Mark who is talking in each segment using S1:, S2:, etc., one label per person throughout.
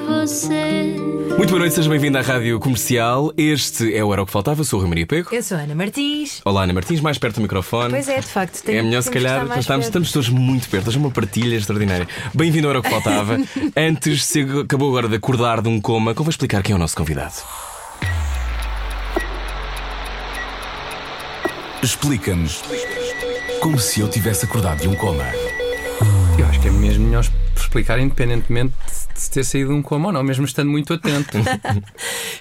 S1: você.
S2: Muito boa noite, seja bem-vindo à Rádio Comercial. Este é o Era o que Faltava, sou o Rui Maria Pego.
S3: Eu sou a Ana Martins.
S2: Olá, Ana Martins, mais perto do microfone.
S3: Pois é, de facto.
S2: É melhor
S3: temos
S2: se
S3: que
S2: calhar,
S3: estar mais
S2: estamos,
S3: perto.
S2: estamos todos muito perto, estamos uma partilha extraordinária. Bem-vindo ao Era o que Faltava. Antes, se acabou agora de acordar de um coma, convém explicar quem é o nosso convidado.
S4: Explica-nos como se eu tivesse acordado de um coma.
S5: Eu acho que é mesmo melhor explicar, independentemente de se ter saído um coma ou não, mesmo estando muito atento.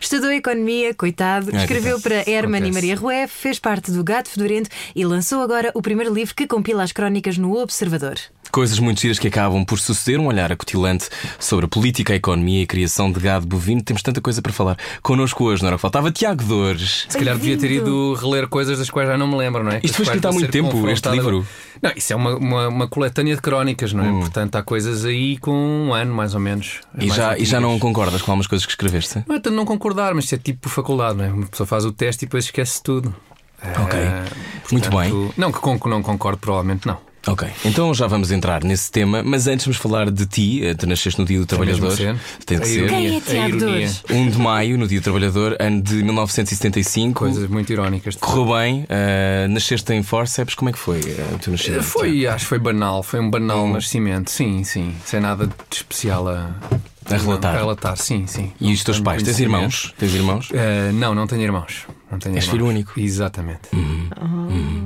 S3: Estudou economia, coitado.
S2: Ah,
S3: escreveu
S2: coitado.
S3: para Herman e
S2: Acontece.
S3: Maria Rué, fez parte do Gato Fedorento e lançou agora o primeiro livro que compila as crónicas no Observador.
S2: Coisas muito giras que acabam por suceder, um olhar acutilante sobre a política, a economia e a criação de gado bovino. Temos tanta coisa para falar. Connosco hoje, não era o que faltava, Tiago Dores.
S5: Se calhar devia ter ido reler coisas das quais já não me lembro, não é?
S2: Isto foi
S5: Das quais
S2: escrito há
S5: vou
S2: muito
S5: ser
S2: tempo,
S5: confrontado
S2: este livro? Hum.
S5: Não, isso é uma, uma, uma coletânea de crónicas, não é? Portanto, há coisas aí com um ano, mais ou menos. as
S2: E
S5: É mais
S2: já, e já não
S5: antigas.
S2: concordas com algumas coisas que escreveste?
S5: Não é tanto não concordar, mas isso é tipo faculdade, não é? Uma pessoa faz o teste e depois esquece tudo.
S2: Ok.
S5: Eh,
S2: Muito bem.
S5: Não que con- não concordo, provavelmente não.
S2: Ok, então já vamos entrar nesse tema, mas antes vamos falar de ti. Eh, Tu nasceste no Dia do Trabalhador.
S5: mesmo
S2: Tem que
S5: A
S2: ser.
S5: ironia,
S3: Quem é
S5: a
S3: Tiago
S5: ironia.
S3: Dores?
S2: 1 de maio, no Dia do Trabalhador, ano de 1975.
S5: Coisas muito irónicas.
S2: Correu bem, eh, nasceste em forceps, como é que foi eh, o teu nascimento?
S5: Foi, acho que foi banal, foi um banal
S2: Hum.
S5: nascimento, sim, sim, sem nada de especial a,
S2: A relatar.
S5: a relatar, sim, sim.
S2: E os teus
S5: Não
S2: pais?
S5: tenho
S2: Tens irmãos? Tens irmãos?
S5: Eh, não, não tenho irmãos. Não tenho
S2: És
S5: irmãos.
S2: filho único? Hum.
S5: Exatamente.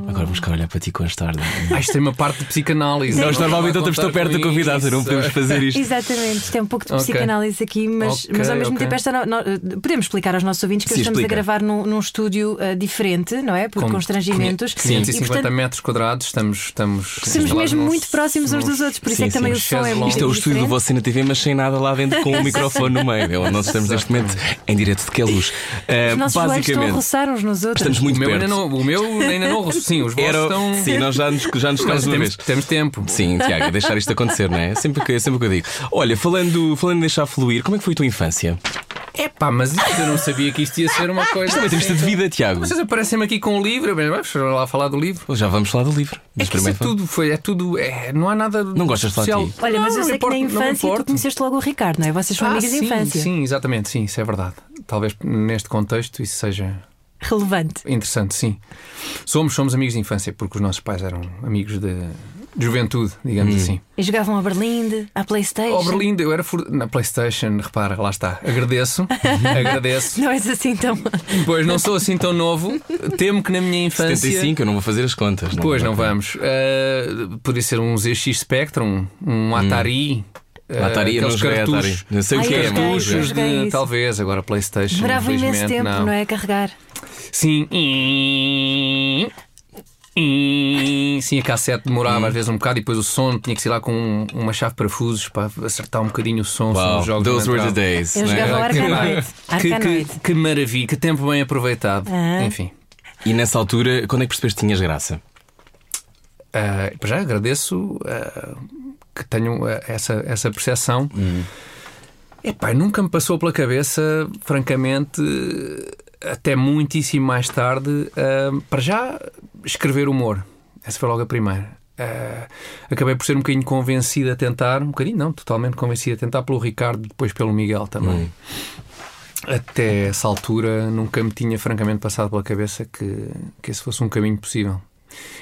S2: Agora vamos cá olhar para ti com esta ordem.
S5: Ah, isto tem uma parte de psicanálise.
S2: Nós
S5: Não
S2: normalmente não
S5: estava a
S2: estamos tão
S5: contar
S2: perto do
S5: com
S2: convidado, não
S5: isso.
S2: podemos fazer isto.
S3: Exatamente, isto é um pouco de
S5: Ok.
S3: psicanálise aqui, mas,
S5: Ok,
S3: mas ao mesmo
S5: ok.
S3: tempo esta no- no- podemos explicar aos nossos ouvintes que
S2: Sim,
S3: estamos
S2: explica.
S3: a gravar num, num estúdio ah, diferente, não é? Por
S5: Com
S3: constrangimentos.
S5: 550
S3: E, portanto,
S5: metros quadrados, estamos. estamos
S3: Somos
S5: instalados
S3: mesmo
S5: num-
S3: muito próximos uns
S5: num-
S3: dos outros, por isso
S2: Sim,
S3: é que também
S5: sim,
S3: o som é
S5: chaise
S3: muito.
S5: longue.
S2: Isto é o estúdio do
S3: diferente.
S2: Você na TV, mas sem nada lá dentro, com o microfone no meio. É onde nós estamos neste momento em direto de que é luz. Eh,
S3: Os nossos joelhos estão a
S2: basicamente,
S3: roçar uns nos outros.
S2: estamos muito
S5: O meu,
S2: perto.
S5: ainda não, o meu ainda não. Sim, os vossos
S2: Era-
S5: estão.
S2: Sim, nós já nos, já nos
S5: mas
S2: tocámos uma vez.
S5: temos, temos tempo.
S2: Sim, Tiago, deixar isto acontecer, não é? Sempre que, sempre que eu digo. Olha, falando, falando de deixar fluir, como é que foi a tua infância?
S5: Ah, Epá, mas isto eu não sabia que isto ia ser uma
S2: Isto
S5: coisa. assim.
S2: é uma entrevista de vida, Tiago.
S5: Vocês aparecem-me aqui com o livro, bem, vamos lá falar do livro.
S2: Já vamos falar do livro.
S5: É
S2: Mas
S5: que isso é
S2: primeiro fala-
S5: tudo, foi, é tudo, é, não há nada.
S2: Não gostas de falar de
S5: social.
S2: ti?
S3: Olha, mas
S5: Não,
S3: eu sei
S5: não
S3: que na
S5: importa, não
S3: infância tu
S5: importa.
S3: conheceste logo o Ricardo, não é? Vocês são
S5: Ah,
S3: amigos
S5: sim,
S3: de infância.
S5: Sim, exatamente, sim, isso é verdade. Talvez neste contexto isso seja
S3: Relevante.
S5: interessante, sim. Somos, somos amigos de infância, porque os nossos pais eram amigos de, de juventude, digamos
S2: Hum.
S5: assim.
S3: E jogavam a Berlinde, à Playstation.
S5: Oh, Berlim, eu era fur- na Playstation, repara, lá está. Agradeço, agradeço.
S3: Não és assim tão.
S5: Pois não sou assim tão novo, temo que na minha infância.
S2: 75, eu não é? vou fazer as contas.
S5: Pois não vamos. Ah, poderia ser um ZX Spectrum, um Atari. ah,
S2: Atari, eu não
S5: aqueles
S2: joguei
S5: cartuchos.
S2: Atari. Não sei o
S3: Ai,
S2: que é,
S3: eu joguei,
S2: mas.
S3: eu
S5: Cartuchos
S3: joguei
S5: de-
S3: isso.
S5: talvez, agora PlayStation.
S3: Demorava imenso
S5: infelizmente,
S3: tempo, não,
S5: não.
S3: é? A carregar.
S5: Sim. Sim, a cassete demorava às vezes um bocado e depois o som tinha que ser lá com um- uma chave de parafusos para acertar um bocadinho o som. senão
S2: Uau,
S5: os jogos não
S2: those were the
S5: entravam.
S2: days.
S3: Eu
S2: não é?
S3: jogava ao
S5: Que-
S3: Arcanoid.
S5: Que,
S3: Arcanoid.
S5: que, que maravilha, que tempo bem aproveitado.
S3: Ah.
S5: Enfim.
S2: E nessa altura, quando é que percebeste que tinhas graça?
S5: Ah, já agradeço ah, que tenham ah, essa, essa percepção. Epá, nunca me passou pela cabeça, francamente, até muitíssimo mais tarde, ah, para já escrever humor. Essa foi logo a primeira. Ah, acabei por ser um bocadinho convencido a tentar, um bocadinho não, totalmente convencido a tentar pelo Ricardo, depois pelo Miguel também. Até essa altura nunca me tinha francamente passado pela cabeça que, que esse fosse um caminho possível.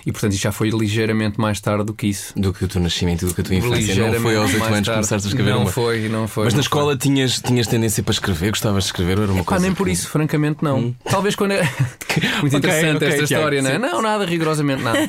S5: E portanto isto já foi ligeiramente mais tarde do que isso.
S2: Do que o teu nascimento e do que a tua infância. Não foi aos 8 anos
S5: mais
S2: que
S5: tarde.
S2: começaste a escrever
S5: Não
S2: uma.
S5: foi, não foi.
S2: Mas na
S5: não
S2: escola tinhas, tinhas tendência para escrever? Gostavas de escrever? ou Era uma
S5: Pá,
S2: coisa.
S5: nem por
S2: que-
S5: isso, francamente, não. Talvez quando era. Muito
S2: Ok,
S5: interessante
S2: ok,
S5: esta
S2: Tiago,
S5: história, não é?
S2: sim.
S5: Não, nada, rigorosamente nada.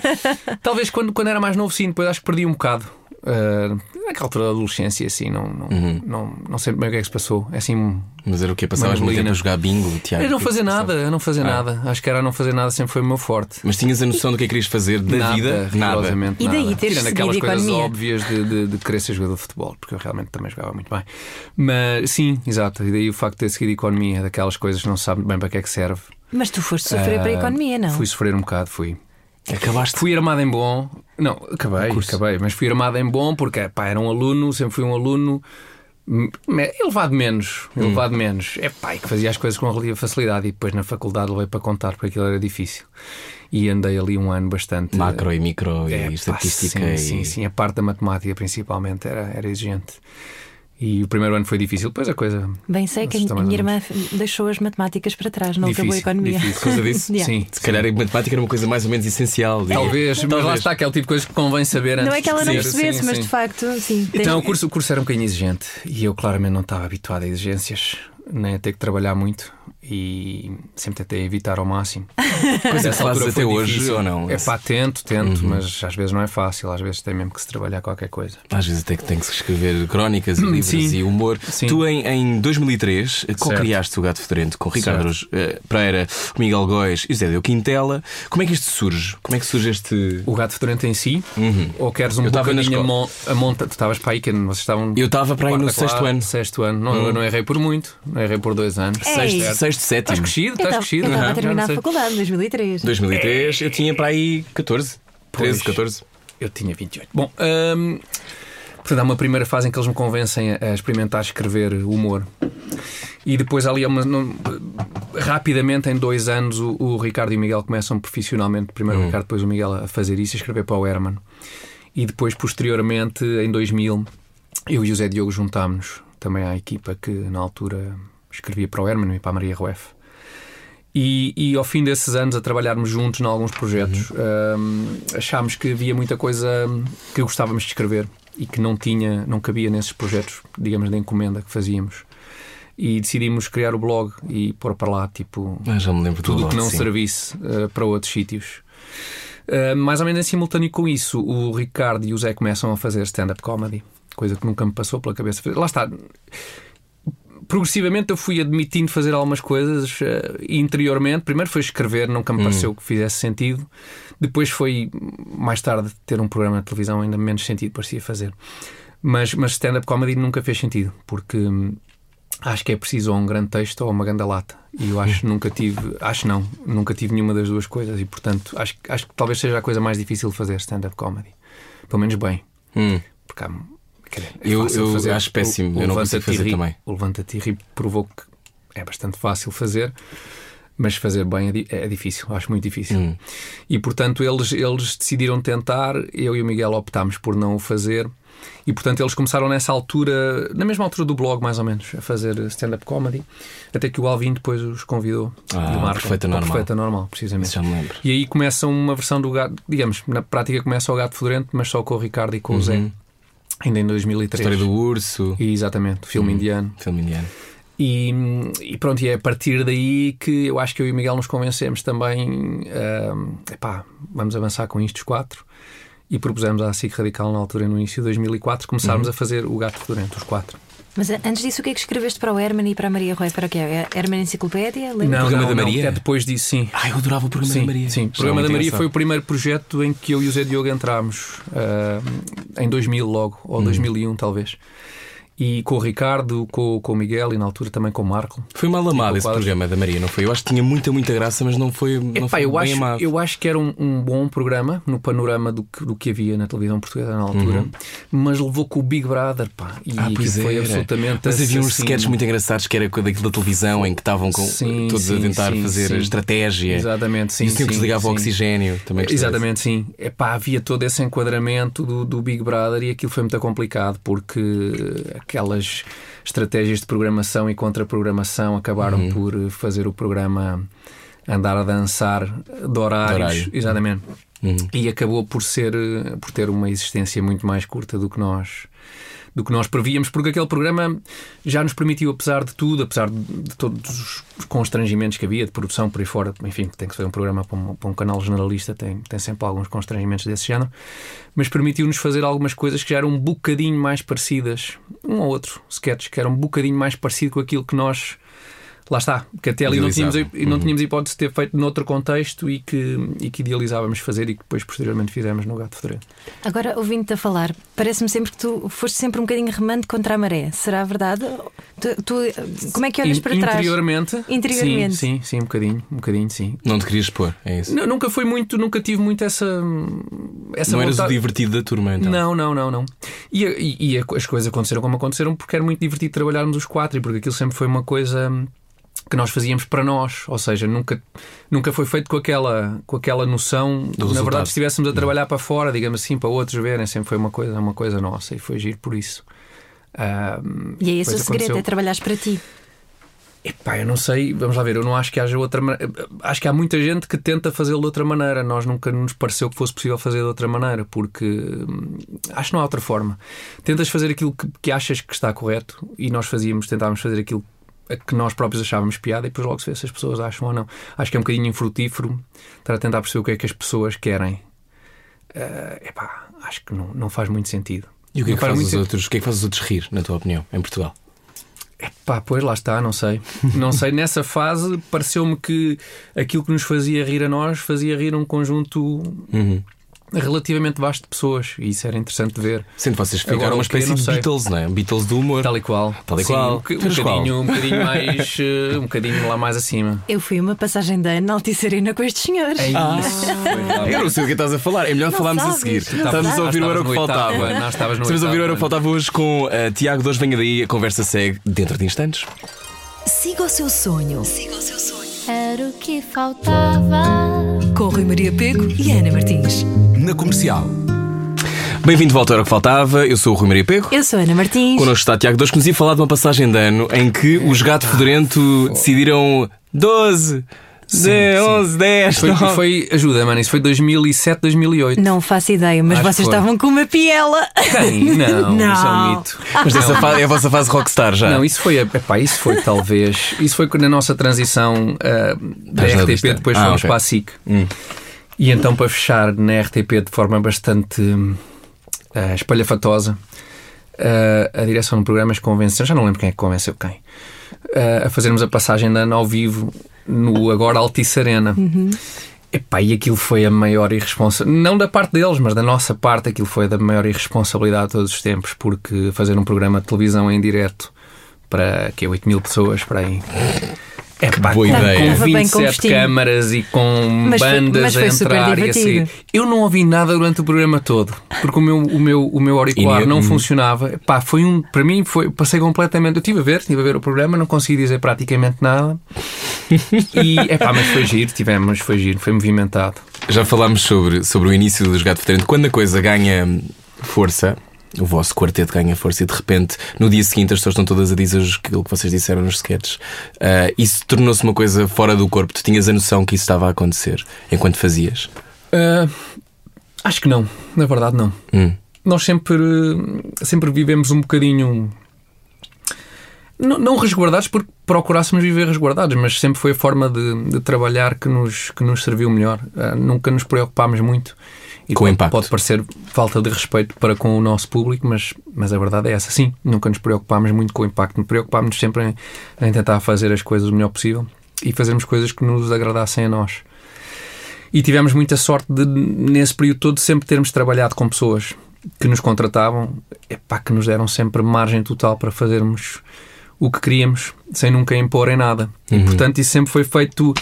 S5: Talvez quando, quando era mais novo, sim, depois acho que perdi um bocado. Ah, naquela altura da adolescência, assim, não, não,
S2: Uhum.
S5: não, não sei bem o que é que se passou. É assim. um-
S2: Mas era o que passavas muito
S5: Manolina.
S2: tempo a jogar bingo, Tiago.
S5: Era não
S2: que-
S5: fazer nada, eu não
S2: Ah.
S5: fazer nada. Acho que era não fazer nada, sempre foi o meu forte.
S2: Mas tinhas a noção do que é que querias fazer da
S5: nada,
S2: vida? Nada.
S5: rigorosamente
S3: E daí
S5: nada.
S3: teres
S5: Tirando aquelas
S3: seguido
S5: coisas
S3: economia.
S5: óbvias de, de, de querer ser jogador de futebol, porque eu realmente também jogava muito bem. Mas sim, exato. E daí o facto de ter seguido economia, daquelas coisas que não se sabe bem para que é que serve.
S3: Mas tu foste sofrer para a
S5: Ah,
S3: economia, não?
S5: Fui sofrer um bocado, fui.
S2: Acabaste.
S5: Fui armado em bom. Não, acabei, acabei, mas fui armado em bom porque pá, era um aluno, sempre fui um aluno hum, elevado menos, elevado menos. É pai que fazia as coisas com relativa facilidade e depois na faculdade levei para contar porque aquilo era difícil. E andei ali um ano bastante
S2: Macro e micro e
S5: é, pá,
S2: estatística.
S5: Sim,
S2: e...
S5: sim, sim. A parte da matemática principalmente era, era exigente. E o primeiro ano foi difícil, depois a coisa.
S3: Bem sei que a
S5: Também
S3: minha
S5: não-
S3: irmã deixou as matemáticas para trás, não acabou a
S5: difícil,
S3: economia.
S5: Difícil. Coisa disso?
S3: Yeah.
S5: Sim.
S2: Se calhar a matemática era uma coisa mais ou menos essencial. digo.
S5: Talvez, mas lá
S2: Talvez.
S5: está aquele tipo de coisa que convém saber antes.
S3: Não é que ela
S5: de
S3: não
S5: dizer.
S3: percebesse,
S5: Sim,
S3: mas
S5: sim.
S3: de facto, é sim. tem-
S5: Então, o curso, o curso era um bocadinho exigente e eu claramente não estava habituado a exigências, nem a ter que trabalhar muito e sempre tentei evitar ao máximo. Coisa
S2: que fazes até hoje, ou não? Uhum.
S5: É pá, tento, tento, mas às vezes não é fácil, às vezes tem mesmo que se trabalhar qualquer coisa.
S2: Às vezes até que tem que se escrever crónicas e livros
S5: Hum, sim.
S2: e humor.
S5: Sim.
S2: Tu, em, em 2003, co-criaste eh, o Gato Fedorento com Ricardo Araújo, eh, Pereira, Miguel Góis e José Deu Quintela. Como é que isto surge? Como é que surge este.
S5: O gato fedorento em si, ou queres um
S2: Uhum. Eu estava na
S5: bocadinho a,
S2: escola.
S5: mon, a monta. Tu estavas para aí, que vocês estavam.
S2: Eu estava para aí no
S5: quarta
S2: sexto
S5: classe,
S2: ano. Uhum.
S5: Sexto ano, não, eu não errei por muito, não errei por dois anos.
S3: Ei.
S2: Sexto, sexto,
S5: Estás
S2: sétimo.
S3: É
S5: crescido,
S3: Eu
S5: estás
S3: tava- eu
S5: crescido.
S3: estava
S5: tá né? já
S3: a
S5: não
S3: terminar a
S5: sei.
S3: faculdade, em 2003.
S2: 2003, eu tinha para aí 14, 13,
S5: Pois.
S2: 14.
S5: Eu tinha 28. Bom, hum, portanto, há uma primeira fase em que eles me convencem a, a experimentar escrever humor. E depois, ali, há uma, num- rapidamente, em dois anos, o, o Ricardo e o Miguel começam profissionalmente, primeiro o Ricardo, depois o Miguel, a fazer isso e a escrever para o Herman. E depois, posteriormente, em 2000, eu e o José Diogo juntámos-nos também à equipa que, na altura, escrevia para o Herman e para a Maria Rueff. E, e ao fim desses anos a trabalharmos juntos em alguns projetos, hum, achámos que havia muita coisa hum, que gostávamos de escrever e que não tinha, não cabia nesses projetos, digamos, da encomenda que fazíamos. E decidimos criar o blog e pôr para lá, tipo,
S2: Ah, já me lembro
S5: tudo
S2: do
S5: o que
S2: lote,
S5: não
S2: sim.
S5: servisse eh, para outros sítios. Eh, mais ou menos em simultâneo com isso, o Ricardo e o Zé começam a fazer stand-up comedy, coisa que nunca me passou pela cabeça. fazer. Lá está. Progressivamente eu fui admitindo fazer algumas coisas eh, interiormente. Primeiro foi escrever, nunca me pareceu que fizesse sentido. Depois foi, mais tarde, ter um programa de televisão, ainda menos sentido parecia fazer. Mas, mas stand-up comedy nunca fez sentido, porque hum, Acho que é preciso ou um grande texto ou uma grande lata. E eu acho que nunca tive, acho não, nunca tive nenhuma das duas coisas. E portanto, acho, que- acho que talvez seja a coisa mais difícil de fazer stand-up comedy. Pelo menos bem.
S2: Hum.
S5: Porque há. quer dizer, é
S2: Eu-
S5: fácil
S2: eu
S5: fazer.
S2: acho péssimo, eu não
S5: Levanta-te
S2: consigo fazer
S5: e Ri-
S2: também.
S5: O Levanta-te e Ri provou que é bastante fácil fazer, mas fazer bem é di- é, difícil, acho muito difícil.
S2: Hum.
S5: E portanto, eles, eles decidiram tentar, eu e o Miguel optámos por não o fazer. E portanto eles começaram nessa altura, na mesma altura do blog, mais ou menos, a fazer stand-up comedy, até que o Alvin depois os convidou.
S2: Ah,
S5: e o Marco,
S2: Perfeita
S5: para o
S2: Normal.
S5: Perfeita normal, precisamente.
S2: Isso é um- já me lembro.
S5: E aí começa uma versão do gato, digamos, na prática começa o gato fedorento, mas só com o Ricardo e
S2: Uhum.
S5: com o Zé. Ainda em 2003.
S2: Hum. História do Hum. urso,
S5: E, Exatamente, o filme indiano.
S2: filme indiano.
S5: E, e pronto, e é a partir daí que eu acho que eu e o Miguel nos convencemos também, ah, epá, vamos avançar com isto os quatro. E propusemos à SIC Radical na altura, no início de 2004,
S2: Uhum.
S5: começarmos a fazer o gato fedorento, os quatro.
S3: Mas a- antes disso, o que é que escreveste para o Herman e para a Maria Roy? Para o quê? É Herman Enciclopédia? Lembra?
S2: programa da Maria?
S5: É depois disso, sim.
S2: Ah, eu adorava o programa
S5: Sim,
S2: da Maria. é
S5: sim. O
S2: Já
S5: programa
S2: me
S5: da Maria
S2: interessava.
S5: foi o primeiro projeto em que eu e o Zé Diogo entrámos, ah, em 2000 logo,
S2: Uhum.
S5: ou 2001 talvez. E com o Ricardo, com, com o Miguel e na altura também com o Marco.
S2: Foi mal amado
S5: Ficou
S2: esse
S5: Tipo, quase.
S2: programa da Maria, não foi? Eu acho que tinha muita, muita graça, mas não foi, não
S5: Epá,
S2: foi
S5: eu,
S2: bem
S5: acho,
S2: amado.
S5: eu acho que era um, um bom programa no panorama do que, do que havia na televisão portuguesa na altura, mas levou com o Big Brother, pá, e
S2: Uhum. Ah,
S5: aquilo
S2: pois
S5: foi
S2: era.
S5: absolutamente assim.
S2: Mas havia uns
S5: assassino.
S2: sketches muito engraçados que era co- daquilo da televisão em que estavam com-
S5: Sim,
S2: todos a
S5: sim,
S2: tentar
S5: sim,
S2: fazer
S5: sim.
S2: estratégia.
S5: Exatamente, sim.
S2: e tinham que
S5: sim,
S2: desligava o
S5: sim.
S2: oxigênio. Também gostei desse.
S5: Exatamente, sim. Epá, havia todo esse enquadramento do, do Big Brother e aquilo foi muito complicado porque aquelas estratégias de programação e contra-programação acabaram
S2: Uhum.
S5: por fazer o programa andar a dançar de horários.
S2: horário.
S5: Exatamente. E acabou por ser eh, por ter uma existência muito mais curta do que nós do que nós prevíamos, porque aquele programa já nos permitiu, apesar de tudo, apesar de, de todos os constrangimentos que havia de produção por aí fora, enfim, tem que ser um programa para um, para um canal generalista, tem, tem sempre alguns constrangimentos desse género, mas permitiu-nos fazer algumas coisas que já eram um bocadinho mais parecidas, um ou outro sketch, que era um bocadinho mais parecido com aquilo que nós. Lá está, que até ali não tínhamos,
S2: Idealizava. Uhum.
S5: não tínhamos hipótese de ter feito noutro contexto e que, e que idealizávamos fazer e que depois posteriormente fizemos no Gato Fedorento.
S3: Agora, ouvindo-te a falar, parece-me sempre que tu foste sempre um bocadinho remando contra a maré. Será verdade? Tu, tu, como é que olhas
S5: In-
S3: para trás?
S5: Interiormente?
S3: Interiormente.
S5: Sim, sim, sim, um bocadinho, um bocadinho, sim.
S2: Não te querias expor, é isso.
S5: Não, nunca fui muito, nunca tive muito essa. hum, essa
S2: Não eras o
S5: vontade-
S2: divertido da turma, então.
S5: Não, não, não, não. E, a- e- e a- as coisas aconteceram como aconteceram porque era muito divertido trabalharmos os quatro e porque aquilo sempre foi uma coisa hum, que nós fazíamos para nós, ou seja, nunca, nunca foi feito com aquela, com aquela noção, na
S2: resultado. Hum.
S5: verdade, se estivéssemos a trabalhar para fora, digamos assim, para outros verem, sempre foi uma coisa, uma coisa nossa e foi giro por isso. Ah, hum,
S3: E é esse
S5: depois
S3: o segredo,
S5: aconteceu-
S3: é trabalhares para ti.
S5: Epá, eu não sei, vamos lá ver, eu não acho que haja outra maneira. Acho que há muita gente que tenta fazê-lo de outra maneira. Nós nunca nos pareceu que fosse possível fazer de outra maneira, porque hum, acho que não há outra forma. Tentas fazer aquilo que, que achas que está correto e nós fazíamos, tentávamos fazer aquilo a que nós próprios achávamos piada e depois logo se vê se as pessoas acham ou não. Acho que é um bocadinho infrutífero estar a tentar perceber o que é que as pessoas querem. Eh, epá, acho que não, não faz muito sentido.
S2: E o que é
S5: Não
S2: que
S5: faz
S2: faz
S5: muito
S2: os
S5: sentido.
S2: outros? O que é que faz os outros rir, na tua opinião, em Portugal?
S5: Pá, pois lá está, não sei. Não sei, nessa fase pareceu-me que aquilo que nos fazia rir a nós fazia rir um conjunto
S2: Uhum.
S5: relativamente vasto de pessoas e isso era interessante de ver.
S2: Sendo vocês ficaram
S5: Agora,
S2: uma
S5: o que eu
S2: espécie
S5: não
S2: de
S5: sei.
S2: Beatles, não é? Beatles do humor.
S5: Tal e qual.
S2: Tal e
S5: Sim,
S2: qual.
S5: Um, boc- um
S2: Tal e qual.
S5: bocadinho, um bocadinho mais. eh, um bocadinho lá mais acima.
S3: Eu fui uma passagem de ano na Altice Arena com estes senhores.
S5: É isso.
S2: Eu não sei o que estás a falar, é melhor
S3: Não
S2: falarmos
S3: sabes,
S2: a seguir.
S3: não
S2: Estamos
S3: sabes.
S2: a ouvir o
S5: Nós
S2: Era o que
S5: estavas no
S2: faltava.
S5: oitavo ano, nós estavas no
S2: Estamos a ouvir o Era o que
S5: oitavo
S2: faltava hoje com eh, Tiago Dois Venha daí, a conversa segue dentro de instantes.
S6: Siga o seu sonho. Siga o seu sonho.
S1: Era o que faltava.
S6: Com Rui Maria Peco e Ana Martins.
S4: Na comercial.
S2: Bem-vindo de volta ao Era o que faltava, eu sou o Rui Maria Pego.
S3: Eu sou a Ana Martins.
S2: Connosco está Tiago Dois, que nos ia falar de uma passagem de ano em que os gato fedorento decidiram 12, 11, 10.
S5: Foi,
S2: não.
S5: foi- ajuda, mano, isso foi 2007, 2008.
S3: Não faço ideia, mas
S5: Acho que
S3: vocês
S5: foi.
S3: estavam com uma piela.
S5: Quem? Não, isso é um
S3: Não.
S5: mito.
S2: Mas essa fase, é a vossa fase rockstar já.
S5: Não, isso foi, epá, isso foi talvez. Isso foi quando a nossa transição ah, da
S2: Estás na
S5: RTP,
S2: lista.
S5: depois
S2: Ah,
S5: fomos
S2: ok. Hum.
S5: para a SIC. E então, para fechar na RTP de forma bastante hum, ah, espalhafatosa, ah, a direção do programa as convenceu, já não lembro quem é que convenceu quem, ah, a fazermos a passagem de ano ao vivo no agora Altice Arena.
S3: Uhum.
S5: Epá, e aquilo foi a maior irresponsabilidade, não da parte deles, mas da nossa parte, aquilo foi da maior irresponsabilidade de todos os tempos, porque fazer um programa de televisão em direto para que 8 mil pessoas para aí. É pá,
S2: boa
S5: com,
S2: ideia.
S5: com
S3: Estava bem
S5: 27
S3: compostinho.
S5: câmaras e com
S3: Mas foi-
S5: bandas
S3: mas foi
S5: a
S3: super
S5: entrar e a sair.
S3: divertido.
S5: Eu não ouvi nada durante o programa todo, porque o meu, o meu, o meu auricular
S2: E nem-
S5: não
S2: hum.
S5: funcionava. Pá, foi um, para mim foi, passei completamente. Eu estive a ver, estive a ver o programa, não consegui dizer praticamente nada. E é pá, mas foi giro, tivemos, foi giro, foi movimentado.
S2: Já falámos sobre, sobre o início do Gato Fedorento. Quando a coisa ganha hum, força, o vosso quarteto ganha força e de repente no dia seguinte as pessoas estão todas a dizer os- aquilo que vocês disseram nos sketches, ah, isso tornou-se uma coisa fora do corpo. Tu tinhas a noção que isso estava a acontecer enquanto fazias.
S5: Ah, acho que não, na verdade não.
S2: Hum.
S5: Nós sempre, sempre vivemos um bocadinho. Não, não resguardados porque procurássemos viver resguardados, mas sempre foi a forma de, de trabalhar que nos, que nos serviu melhor. Ah, nunca nos preocupámos muito. E
S2: Com o
S5: pode-
S2: impacto.
S5: Pode parecer falta de respeito para com o nosso público, mas, mas a verdade é essa. Sim, nunca nos preocupámos muito com o impacto. Preocupámos-nos sempre em, em tentar fazer as coisas o melhor possível e fazermos coisas que nos agradassem a nós. E tivemos muita sorte de, nesse período todo, sempre termos trabalhado com pessoas que nos contratavam, epá, que nos deram sempre margem total para fazermos o que queríamos, sem nunca imporem nada. E,
S2: Uhum.
S5: portanto, isso sempre foi feito.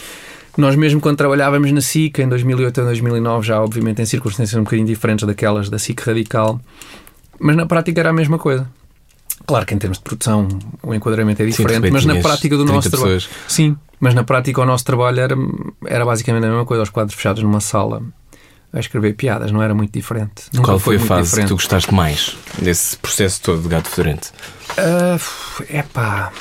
S5: Nós mesmo quando trabalhávamos na SIC, em 2008 ou 2009, já obviamente em circunstâncias um bocadinho diferentes daquelas da SIC radical, mas na prática era a mesma coisa. Claro que em termos de produção o enquadramento é
S2: de
S5: diferente,
S2: repente
S5: mas na
S2: tinhas
S5: prática do
S2: 30
S5: nosso trabalho.
S2: pessoas.
S5: Sim, mas na prática o nosso trabalho era, era basicamente a mesma coisa, os quadros fechados numa sala a escrever piadas, não era muito diferente. Nunca
S2: Qual foi a
S5: muito
S2: fase
S5: diferente.
S2: que tu gostaste mais desse processo todo de Gato Fedorento?
S5: Ah, f- epá.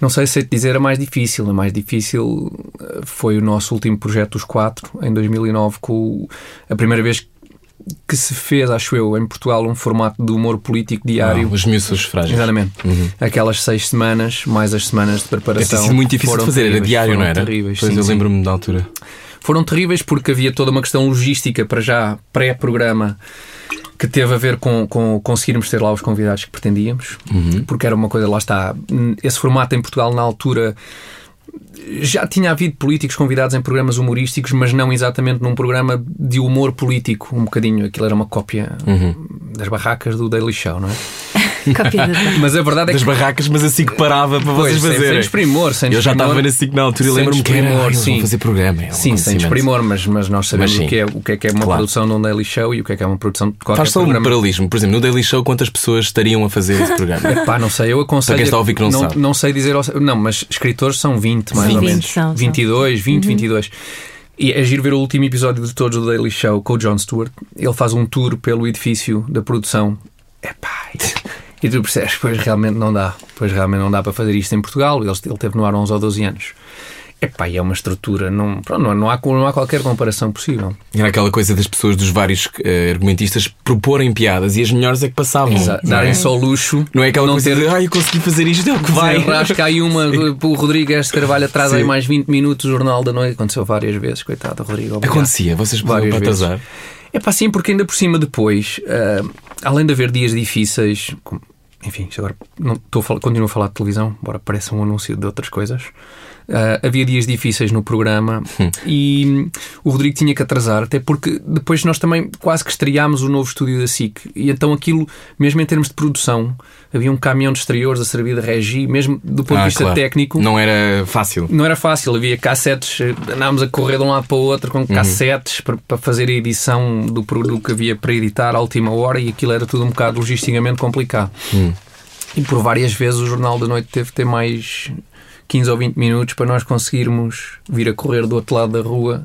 S5: Não sei se te dizer a mais difícil. A mais difícil ah, foi o nosso último projeto, os quatro, em 2009, com o- a primeira vez que se fez, acho eu, em Portugal, um formato de humor político diário.
S2: Não, os miúços frágeis.
S5: Exatamente.
S2: Uhum.
S5: Aquelas seis semanas, mais as semanas de
S2: Deve ter
S5: preparação.
S2: sido é assim muito difícil de
S5: foram
S2: fazer, era
S5: terríveis,
S2: diário,
S5: foram
S2: não era?
S5: Terríveis,
S2: pois
S5: sim,
S2: eu
S5: sim.
S2: lembro-me da altura.
S5: Foram terríveis porque havia toda uma questão logística para já, pré-programa, que teve a ver com, com conseguirmos ter lá os convidados que pretendíamos, porque era uma coisa, lá está, esse formato em Portugal na altura. Já tinha havido políticos convidados em programas humorísticos, mas não exatamente num programa de humor político, um bocadinho. Aquilo era uma cópia das barracas do Daily Show, não é?
S3: Cópia da Dra.
S5: Mas a verdade é
S2: das
S5: que.
S2: barracas, mas assim que parava para
S5: Pois,
S2: vocês
S5: sem-
S2: fazerem.
S5: sem desprimor, sem
S2: Eu já
S5: desprimor.
S2: estava na SIC na altura e
S5: Sem
S2: lembro-me que era.
S5: desprimor,
S2: "Ah, eles vão
S5: sim.
S2: fazer programa. é um
S5: Sim, sem
S2: acontecimento."
S5: desprimor, mas, mas nós sabemos
S2: Mas sim.
S5: o, que é, o que é que é uma
S2: Claro.
S5: produção de um Daily Show e o que é que é uma produção de qualquer
S2: Faz só um
S5: programa.
S2: paralelismo. Por exemplo, no Daily Show, quantas pessoas estariam a fazer esse programa?
S5: Pá, não sei, eu
S2: Para
S5: aconselho.
S2: quem está a ouvir que não sabe.
S5: sei dizer. ao- Não, mas escritores são 20, mais
S3: Sim.
S5: ou
S3: 20
S5: menos.
S3: são, Uhum. são.
S5: 22, 20, 22. E é giro ver o último episódio de todos do Daily Show com o Jon Stewart. Ele faz um tour pelo edifício da produção. É pá. E tu percebes, pois realmente não dá. Pois realmente não dá para fazer isto em Portugal. Ele, ele teve no ar há 11 ou 12 anos. Epá, e é uma estrutura, não, pronto, não, há- não, há, não há qualquer comparação possível.
S2: Era aquela coisa das pessoas, dos vários eh, argumentistas, proporem piadas e as melhores é que passavam. não é?
S5: Darem só luxo,
S2: Não é aquela
S5: não
S2: coisa
S5: ter
S2: de, ah, eu consegui fazer isto, é o que vai.
S5: Vai, rasca aí uma. O Rodrigues de Carvalho atrasa aí mais 20 minutos o Jornal da Noite. Aconteceu várias vezes, coitado do Rodrigo. obrigado.
S2: Acontecia, vocês podiam
S5: Várias
S2: para
S5: vezes.
S2: atrasar.
S5: É pá, sim, porque ainda por cima depois, ah, além de haver dias difíceis, como- enfim, isto agora não, estou a falar, continuo a falar de televisão, embora pareça um anúncio de outras coisas. Ah, havia dias difíceis no programa e hum, o Rodrigo tinha que atrasar, até porque depois nós também quase que estreámos o novo estúdio da SIC. E então aquilo, mesmo em termos de produção, havia um caminhão de exteriores a servir de regi, mesmo do ponto
S2: Ah,
S5: de vista
S2: claro.
S5: técnico.
S2: Não era fácil.
S5: Não era fácil, havia cassetes, eh, andámos a correr de um lado para o outro com cassetes para, para fazer a edição do produto que havia para editar à última hora e aquilo era tudo um bocado logisticamente complicado. E por várias vezes o Jornal da Noite teve que ter mais 15 ou 20 minutos para nós conseguirmos vir a correr do outro lado da rua,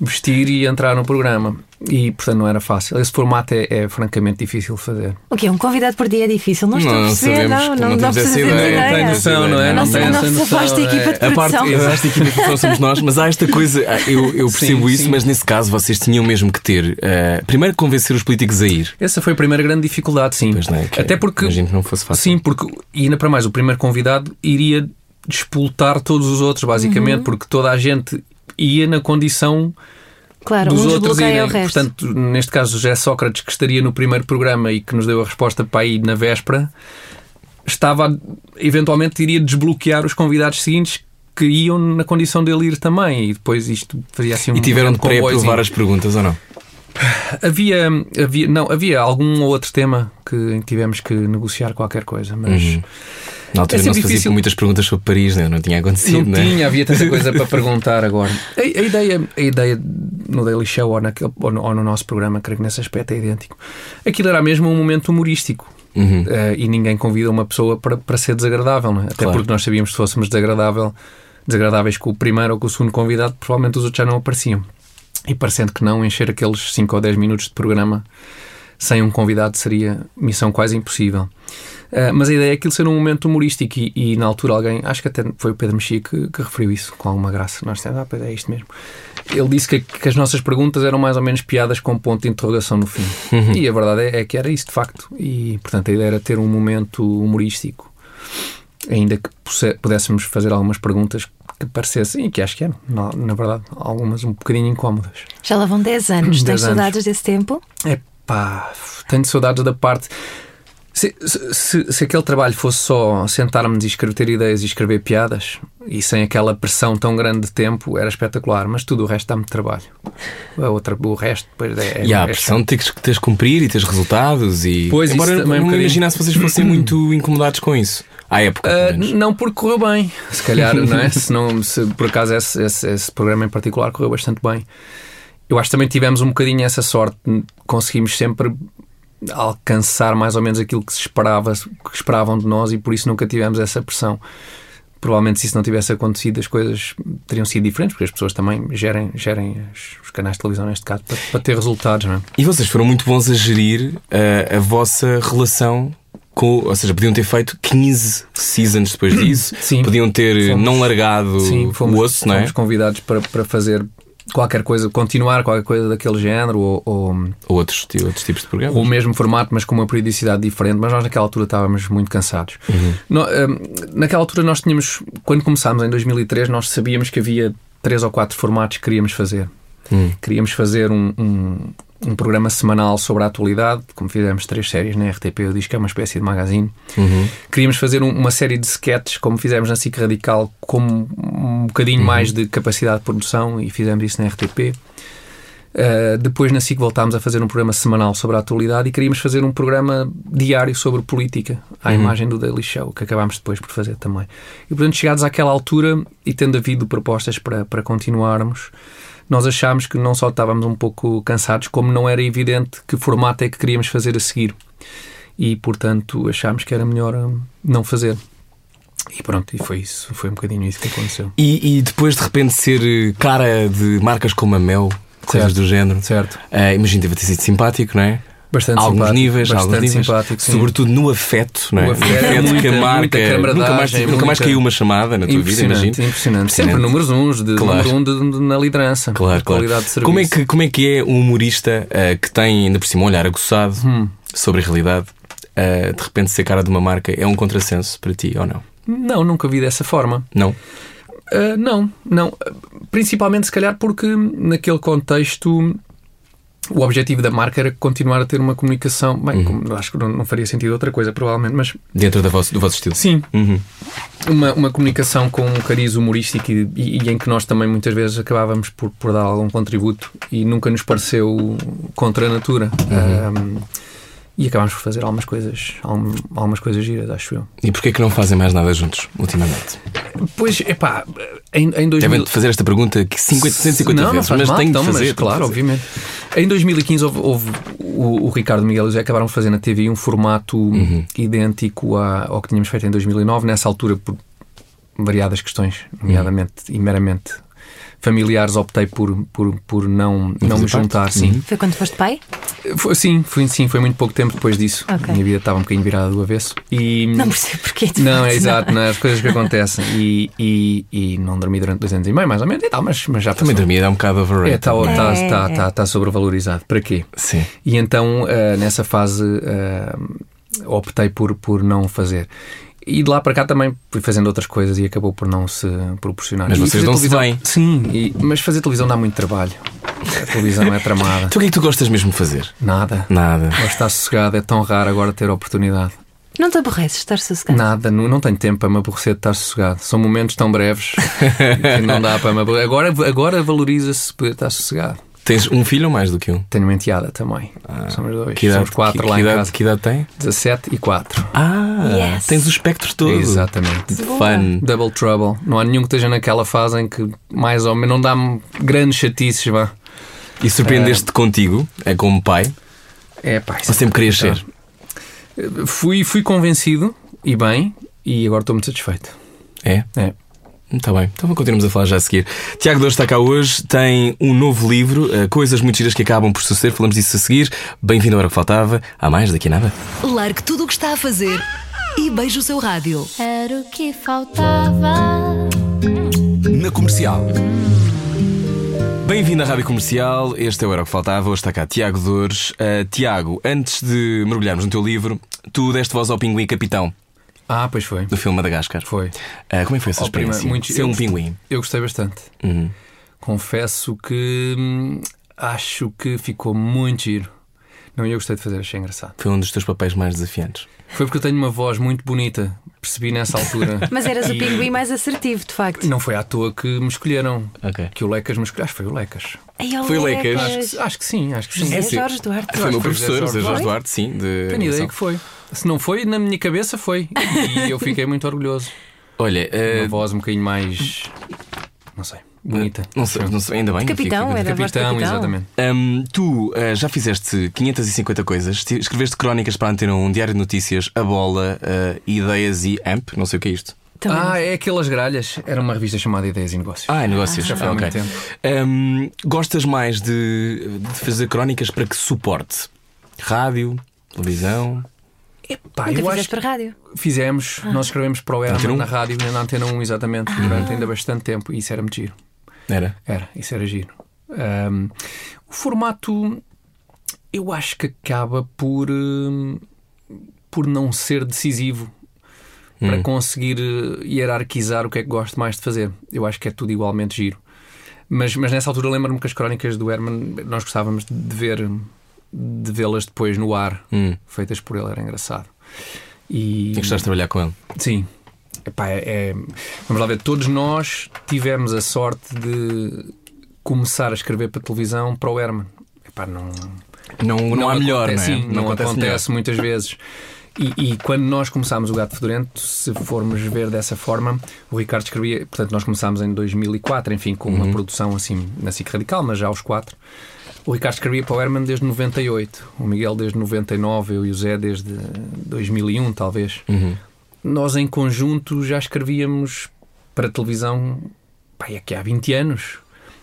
S5: vestir e entrar no programa. E portanto não era fácil. Esse formato é, é francamente difícil de fazer.
S3: O que é? Um convidado por dia é difícil. Não estou a perceber,
S2: sabemos,
S3: não. Não,
S2: temos essa
S3: fazemos
S2: ideia.
S3: ideia.
S5: Não noção, não é?
S3: A
S5: Não
S3: nossa,
S5: tem
S3: a
S5: essa
S3: nossa
S5: noção,
S3: vasta
S5: não é?
S3: equipa de
S2: A parte,
S3: produção.
S2: eu acho que aqui na produção somos nós, mas há esta coisa, ah, eu, eu percebo
S5: Sim,
S2: isso,
S5: sim.
S2: mas nesse caso vocês tinham mesmo que ter, ah, primeiro convencer os políticos a ir.
S5: Essa foi a primeira grande dificuldade, sim.
S2: Pois não é, que
S5: Até porque.
S2: imagino que não fosse fácil.
S5: Sim, porque. E ainda para mais, o primeiro convidado iria despoltar todos os outros, basicamente,
S3: Uhum.
S5: porque toda a gente ia na condição
S3: Claro,
S5: dos
S3: um
S5: outros
S3: desbloqueia
S5: irem.
S3: o resto.
S5: Portanto, neste caso, José Sócrates, que estaria no primeiro programa e que nos deu a resposta para ir na véspera, estava. a- eventualmente iria desbloquear os convidados seguintes. Que iam na condição dele ir também, e depois isto fazia assim um.
S2: E tiveram de
S5: grande comboiozinho.
S2: pré-aprovar as perguntas ou não?
S5: Havia, havia, não, havia algum ou outro tema que em que tivemos que negociar qualquer coisa, mas
S2: Uhum. Na altura
S5: É
S2: não
S5: sempre
S2: se fazia
S5: difícil.
S2: muitas perguntas sobre Paris, né? não tinha acontecido,
S5: não
S2: né?
S5: tinha, havia tanta coisa para perguntar agora. A, a ideia, a ideia no Daily Show ou, naquele, ou, no, ou no nosso programa, creio que nesse aspecto é idêntico. Aquilo era mesmo um momento humorístico.
S2: Uhum.
S5: Eh, e ninguém convida uma pessoa para, para ser desagradável, não é? até
S2: Claro.
S5: porque nós sabíamos que se fôssemos desagradável, desagradáveis com o primeiro ou com o segundo convidado, provavelmente os outros já não apareciam. E parecendo que não, encher aqueles 5 ou 10 minutos de programa sem um convidado seria missão quase impossível. Ah, mas a ideia é aquilo ser um momento humorístico e, e na altura alguém, acho que até foi o Pedro Mexia que, que referiu isso com alguma graça. Nós dissemos, ah, pois é isto mesmo. Ele disse que, que as nossas perguntas eram mais ou menos piadas com ponto de interrogação no fim. E a verdade é, é que era isso, de facto. E, portanto, a ideia era ter um momento humorístico, ainda que posse- pudéssemos fazer algumas perguntas que parecessem, e que acho que eram, na, na verdade, algumas um bocadinho incómodas.
S3: Já lá vão 10 anos.
S5: 10
S3: Tens
S5: anos.
S3: saudades desse tempo?
S5: Epá, tenho saudades da parte. Se, se- se- se aquele trabalho fosse só sentarmos e escrever ter ideias e escrever piadas, e sem aquela pressão tão grande de tempo, era espetacular, mas tudo o resto dá-me trabalho. A outra, o resto, depois é.
S2: E há a
S5: é
S2: pressão de teres que teres de cumprir e teres resultados e...
S5: Pois, isso
S2: Embora
S5: também é um
S2: não
S5: bocadinho.
S2: imaginasse vocês fossem muito incomodados com isso. À época, pelo
S5: Ah,
S2: menos.
S5: não porque correu bem, se calhar, não é? Se, não, se por acaso esse, esse- esse programa em particular correu bastante bem. Eu acho que também tivemos um bocadinho essa sorte, conseguimos sempre alcançar mais ou menos aquilo que se esperava, que esperavam de nós e por isso nunca tivemos essa pressão. Provavelmente se isso não tivesse acontecido as coisas teriam sido diferentes, porque as pessoas também gerem, gerem as- os canais de televisão neste caso para, para ter resultados, não é?
S2: E vocês foram muito bons a gerir ah, a vossa relação com. Ou seja, podiam ter feito 15 seasons depois disso,
S5: Sim.
S2: podiam ter
S5: Fomos-
S2: não largado
S5: Sim, fomos,
S2: o osso, não é?
S5: fomos convidados para, para fazer qualquer coisa, continuar qualquer coisa daquele género ou, ou,
S2: Ou outros, ti- outros tipos de programas.
S5: ou o mesmo formato, mas com uma periodicidade diferente. Mas nós naquela altura estávamos muito cansados. No- hum, naquela altura nós tínhamos, quando começámos em 2003, nós sabíamos que havia três ou quatro formatos que queríamos fazer. Queríamos fazer um, um, um programa semanal sobre a atualidade, como fizemos três séries na RTP, eu disse que é uma espécie de magazine. Queríamos fazer um- uma série de sketches, como fizemos na SIC Radical, com um bocadinho mais de capacidade de produção, e fizemos isso na RTP. Uh, depois na SIC voltámos a fazer um programa semanal sobre a atualidade e queríamos fazer um programa diário sobre política,
S2: Uhum.
S5: à imagem do Daily Show, que acabámos depois por fazer também. E portanto, chegados àquela altura e tendo havido propostas para, para continuarmos, nós achámos que não só estávamos um pouco cansados, como não era evidente que formato é que queríamos fazer a seguir. E portanto, achámos que era melhor hum, não fazer. E pronto, e foi isso, foi um bocadinho isso que aconteceu.
S2: E, e depois de repente ser eh, cara de marcas como a Mel, coisas
S5: Certo.
S2: do género.
S5: Certo.
S2: Ah, imagino deve ter sido simpático, não é?
S5: Bastante
S2: alguns
S5: simpático,
S2: níveis,
S5: bastante
S2: alguns níveis,
S5: simpático, sim.
S2: sobretudo no afeto, não é?
S5: No afeto,
S2: que a
S5: muita-
S2: marca
S5: muita
S2: nunca mais,
S5: camaradagem,
S2: nunca mais
S5: muita-
S2: caiu uma chamada na tua vida, imagino.
S5: impressionante, impressionante. Sempre números uns, de,
S2: Claro.
S5: número um de- de- na liderança.
S2: Claro,
S5: de
S2: claro.
S5: Qualidade de serviço.
S2: como, é que, como é que é um humorista ah, que tem ainda por cima um olhar aguçado
S5: Hum.
S2: sobre a realidade, ah, de repente ser cara de uma marca é um contrassenso para ti ou não?
S5: Não, nunca vi dessa forma.
S2: Não.
S5: Ah, não, não. Ah, Principalmente, se calhar, porque naquele contexto o objetivo da marca era continuar a ter uma comunicação. Bem,
S2: Uhum.
S5: como- acho que não, não faria sentido outra coisa, provavelmente, mas
S2: Dentro da vosso- do vosso estilo.
S5: sim,
S2: Uhum.
S5: uma, uma comunicação com um cariz humorístico e, e- e em que nós também muitas vezes acabávamos por, por dar algum contributo e nunca nos pareceu contra a natura. Ah, e acabámos por fazer algumas coisas, algum- algumas coisas giras, acho eu.
S2: E porquê que não fazem mais nada juntos, ultimamente?
S5: Pois, epá, em, em 2000...
S2: Devem fazer esta pergunta que 50, 150
S5: não, não
S2: vezes,
S5: faz
S2: mas
S5: mal,
S2: tenho
S5: então,
S2: de fazer. tenho
S5: Mas,
S2: de
S5: claro,
S2: fazer.
S5: obviamente. Em 2015 houve, houve o, o Ricardo Miguel e o José acabaram de fazer na TV um formato
S2: Uhum.
S5: idêntico à- ao que tínhamos feito em 2009. Nessa altura, por variadas questões, nomeadamente
S2: Uhum.
S5: e meramente familiares, optei por, por, por não,
S2: fazer
S5: não me
S2: parte? Uhum.
S5: juntar. Sim.
S3: Foi quando foste pai?
S5: Foi, sim, foi, sim, foi muito pouco tempo depois disso.
S3: Ok.
S5: A minha vida estava um bocadinho virada do avesso. E,
S3: Não percebo porquê. de
S5: Hum. não, é
S3: facto,
S5: exato, não é? as coisas que acontecem. E, e, e não dormi durante dois anos e meio, mais ou menos, e tal, mas, mas já
S2: Também
S5: passou.
S2: dormia, dá um bocado
S5: É,
S2: overrated.
S5: está
S2: não é?
S5: tá,
S3: É,
S5: tá,
S3: é.
S5: tá, tá sobrevalorizado. Para quê?
S2: Sim.
S5: E então, ah, nessa fase, ah, optei por, por não fazer. E de lá para cá também fui fazendo outras coisas e acabou por não se proporcionar.
S2: Mas
S5: E
S2: vocês
S5: fazer
S2: dão-se
S5: televisão-
S2: bem.
S5: Sim, e- mas fazer televisão dá muito trabalho. A televisão é tramada.
S2: Tu o que é que tu gostas mesmo de fazer?
S5: Nada.
S2: Nada.
S5: Ou está sossegado, é tão raro agora ter oportunidade.
S3: Não te aborreces de estar sossegado.
S5: Nada, não, não tenho tempo para me aborrecer de estar sossegado. São momentos tão breves que não dá para me aborrecer. Agora, agora valoriza-se poder estar sossegado.
S2: Tens um filho ou mais do que um?
S5: Tenho uma enteada também. Somos dois.
S2: Ah, Que idade,
S5: Somos quatro
S2: que,
S5: lá
S2: que
S5: em
S2: idade,
S5: casa.
S2: que idade tem?
S5: 17 e 4.
S2: Ah,
S3: Yes.
S2: tens o espectro todo.
S5: Exatamente.
S2: Fun.
S5: Double Trouble. Não há nenhum que esteja naquela fase em que mais ou menos não dá-me grandes chatices, vá.
S2: E surpreendeste-te contigo, é como pai,
S5: É, pá, isso
S2: ou sempre
S5: é
S2: querias
S5: complicado.
S2: ser?
S5: Fui, fui convencido e bem, e agora estou muito satisfeito.
S2: É?
S5: É.
S2: Está bem, então continuamos a falar já a seguir. Tiago Dores está cá hoje, tem um novo livro, eh, Coisas Muito Giras que Acabam por Suceder, falamos disso a seguir. Bem-vindo à hora que faltava, há mais daqui a nada.
S6: Largue tudo o que está a fazer e beije o seu rádio.
S1: Era o que faltava.
S4: Na comercial.
S2: Bem-vindo à Rádio Comercial, este é o Era o que Faltava, hoje está cá Tiago Dores. Eh, Tiago, antes de mergulharmos no teu livro, tu deste voz ao Pinguim Capitão,
S5: Ah, pois foi.
S2: do filme Madagascar.
S5: Foi.
S2: Eh, como é que foi essa
S5: Oh, prima,
S2: experiência?
S5: muito-
S2: Ser
S5: eu
S2: um
S5: gostei-
S2: pinguim. Uhum.
S5: Eu gostei bastante. Confesso que hum, acho que ficou muito giro. Não, eu gostei de fazer, achei engraçado.
S2: Foi um dos teus papéis mais desafiantes.
S5: Foi porque eu tenho uma voz muito bonita, percebi nessa altura.
S3: Mas eras o
S5: E
S3: pinguim mais assertivo, de facto.
S5: Não foi à toa que me escolheram.
S2: Ok.
S5: Que o Lecas me escolheu. Acho que foi o Lecas.
S3: Ai,
S2: Foi
S3: olha,
S2: Lecas.
S3: cara.
S5: Acho que, é acho que sim, acho que Ah, sim.
S3: José
S2: sim.
S3: Jorge Duarte.
S2: Foi o meu
S5: foi José
S2: professor, José
S5: Jorge.
S2: Jorge
S5: Foi?
S2: Duarte, sim. De
S5: Tenho ideia
S2: animação.
S5: que foi. Se não foi, na minha cabeça foi. E eu fiquei muito orgulhoso.
S2: Olha, eh,
S5: Uma voz um bocadinho mais. Não sei. Bonita.
S2: Eh, não sei, não sei, ainda bem.
S3: Capitão,
S2: fico-
S3: era a voz de
S5: Capitão,
S3: capitão.
S5: exatamente.
S2: Hum, tu eh, já fizeste 550 coisas, te- escreveste crónicas para a Antena 1, Diário de Notícias, A Bola, eh, Ideias e AMP, não sei o que é isto.
S3: Também não
S5: ah, é aquelas gralhas. Era uma revista chamada Ideias e Negócios.
S2: Ah, é negócios.
S5: Já foi há
S2: ok.
S5: muito tempo.
S2: Hum, gostas mais de, de fazer crónicas para que suporte? Rádio, televisão.
S5: Pá,
S3: Nunca
S5: eu
S3: fizeste
S5: acho que
S3: para rádio.
S5: fizemos,
S3: Ah.
S5: nós escrevemos para o Era
S2: Antena um?
S5: na rádio e na Antena 1, exatamente, durante ainda bastante tempo. E isso era muito giro.
S2: Era.
S5: Era, isso era giro. Ahm, o formato eu acho que acaba por, hum, por não ser decisivo para conseguir eh, hierarquizar o que é que gosto mais de fazer. Eu acho que é tudo igualmente giro. Mas, mas nessa altura lembro-me que as crónicas do Herman nós gostávamos de ver de vê-las depois no ar,
S2: Hum.
S5: feitas por ele, era engraçado. E
S2: E gostaste de trabalhar com ele?
S5: Sim. Epá, é- é- vamos lá ver, todos nós tivemos a sorte de começar a escrever para televisão para o Herman. Epá, não,
S2: Não, não, há
S5: acontece-
S2: melhor, não é?
S5: Sim, não, acontece,
S2: melhor.
S5: muitas vezes. E, e quando nós começámos o Gato Fedorento, se formos ver dessa forma, o Ricardo escrevia. Portanto, nós começámos em 2004, enfim, com
S2: Uhum.
S5: uma produção assim na SIC Radical, mas já aos quatro. O Ricardo escrevia para o Herman desde 98, o Miguel desde 99, eu e o Zé desde 2001, talvez.
S2: Uhum.
S5: Nós em conjunto já escrevíamos para televisão pá, é que há 20 anos.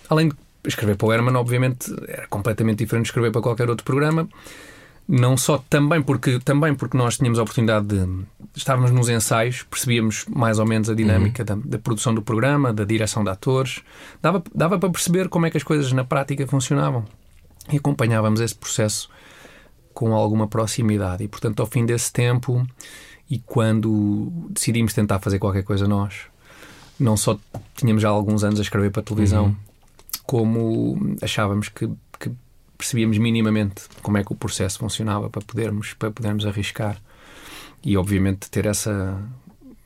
S5: Além de escrever para o Herman, obviamente, era completamente diferente de escrever para qualquer outro programa. Não só também porque, também porque nós tínhamos a oportunidade de. Estávamos nos ensaios, percebíamos mais ou menos a dinâmica da, da produção do programa, da direção de atores. Dava, dava para perceber como é que as coisas na prática funcionavam. E acompanhávamos esse processo com alguma proximidade. E, portanto, ao fim desse tempo, e quando decidimos tentar fazer qualquer coisa nós, não só tínhamos já alguns anos a escrever para televisão, como achávamos que, que percebíamos minimamente como é que o processo funcionava para podermos, para podermos arriscar. E, obviamente, ter essa,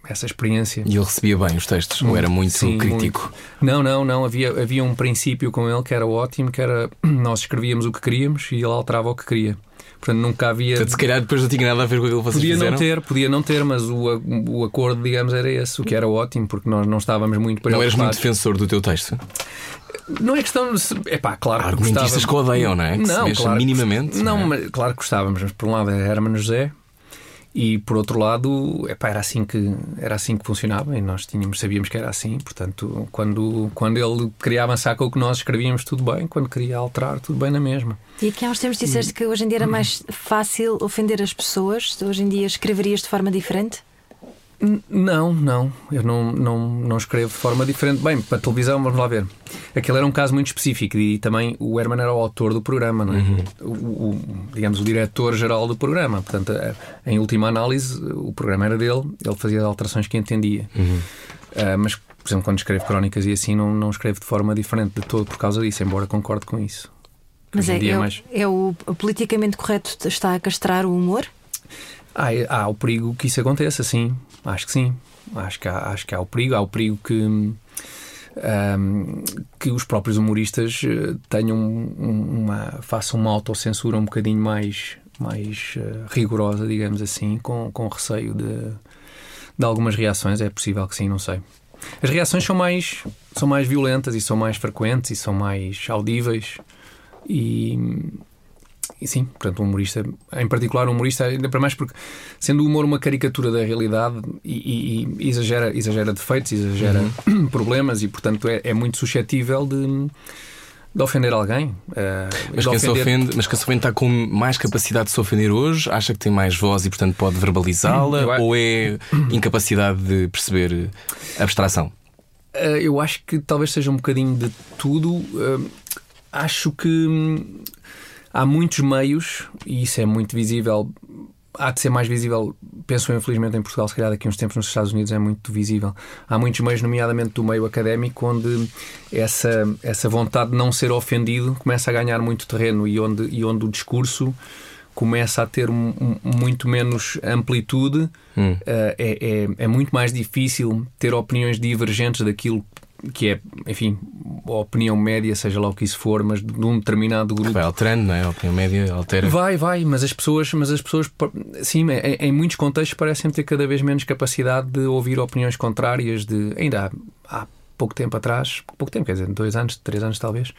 S5: essa experiência.
S2: E ele recebia bem os textos, ou era muito
S5: Sim,
S2: crítico.
S5: muito. Não, não, não. Havia, havia um princípio com ele que era ótimo, que era nós escrevíamos o que queríamos e ele alterava o que queria. Portanto, nunca havia.
S2: Portanto, se calhar depois não tinha nada a ver com aquilo que vocês
S5: Podia
S2: fizeram.
S5: não ter, podia não ter, mas o, a- o acordo, digamos, era esse, o que era ótimo, porque nós não estávamos muito
S2: Não eras muito
S5: preocupados.
S2: defensor do teu texto?
S5: Não é questão de. É pá, claro
S2: Há argumentistas
S5: gostava-
S2: que odeiam, não é? Que se
S5: não,
S2: mexam
S5: claro, que-
S2: minimamente,
S5: Não,
S2: não é?
S5: mas, claro que gostávamos, mas por um lado era Herman José e por outro lado epá, era, assim que, era assim que funcionava e nós tínhamos, sabíamos que era assim. Portanto, quando, quando ele queria avançar com o que nós escrevíamos, tudo bem, quando queria alterar, tudo bem na mesma.
S3: E aqui há uns tempos disseste que hoje em dia era mais fácil ofender as pessoas. Hoje em dia escreverias de forma diferente?
S5: N- Não, não. Eu não, não, não escrevo de forma diferente. Bem, para a televisão, vamos lá ver. Aquele era um caso muito específico e também o Herman era o autor do programa, não é? O, o- digamos, o diretor-geral do programa. Portanto, eh, em última análise, o programa era dele, ele fazia as alterações que entendia.
S2: Uhum.
S5: Ah, mas, por exemplo, quando escrevo crónicas e assim, não, não escrevo de forma diferente de todo por causa disso, embora concorde com isso.
S3: Mas
S5: Hoje em
S3: é,
S5: dia
S3: é, o-
S5: mais-
S3: é o o politicamente correto está a castrar o humor?
S5: Há, Ah, há o perigo que isso aconteça, sim. Acho que sim. Acho que há, acho que há o perigo. Há o perigo que, hum, hum, que os próprios humoristas eh, tenham um- uma. façam uma autocensura um bocadinho mais, mais eh, rigorosa, digamos assim, com, com receio de, de algumas reações. É possível que sim, não sei. As reações são mais, são mais violentas e são mais frequentes e são mais audíveis e, e sim, portanto, um humorista, em particular um humorista, ainda para mais porque, sendo o humor uma caricatura da realidade e, e- e exagera, exagera defeitos, exagera
S2: Uhum.
S5: problemas e, portanto, é, é muito suscetível de, de ofender alguém. eh,
S2: Mas
S5: de
S2: quem, se
S5: ofender-
S2: ofende, mas quem se ofende está com mais capacidade de se ofender hoje? Acha que tem mais voz e, portanto, pode
S5: Eu
S2: verbalizá-la?
S5: acho-
S2: Ou é incapacidade de perceber abstração?
S5: Eh, eu acho que talvez seja um bocadinho de tudo. Eh, acho que hum, há muitos meios, e isso é muito visível. Há de ser mais visível, penso eu, infelizmente, em Portugal, se calhar daqui a uns tempos nos Estados Unidos é muito visível. Há muitos meios, nomeadamente do meio académico, onde essa, essa vontade de não ser ofendido começa a ganhar muito terreno e onde, e onde o discurso começa a ter um- um- muito menos amplitude, eh, é, é- é muito mais difícil ter opiniões divergentes daquilo que é, enfim, a opinião média, seja lá o que isso for, mas de um determinado grupo.
S2: Vai alterando, não é? A opinião média altera.
S5: Vai, vai, mas as pessoas, mas as pessoas pa- sim, em, em muitos contextos parecem ter cada vez menos capacidade de ouvir opiniões contrárias de ainda há, há pouco tempo atrás, pouco tempo, quer dizer, dois anos, três anos talvez,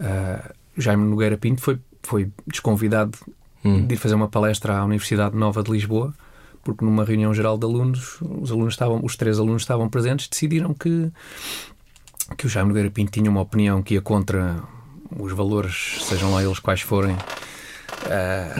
S5: ah, Jaime Nogueira Pinto foi, foi desconvidado de ir fazer uma palestra à Universidade Nova de Lisboa, porque numa reunião geral de alunos, os alunos estavam, os três alunos estavam presentes, decidiram que que o Jaime Nogueira Pinto tinha uma opinião que ia contra os valores, sejam lá eles quais forem,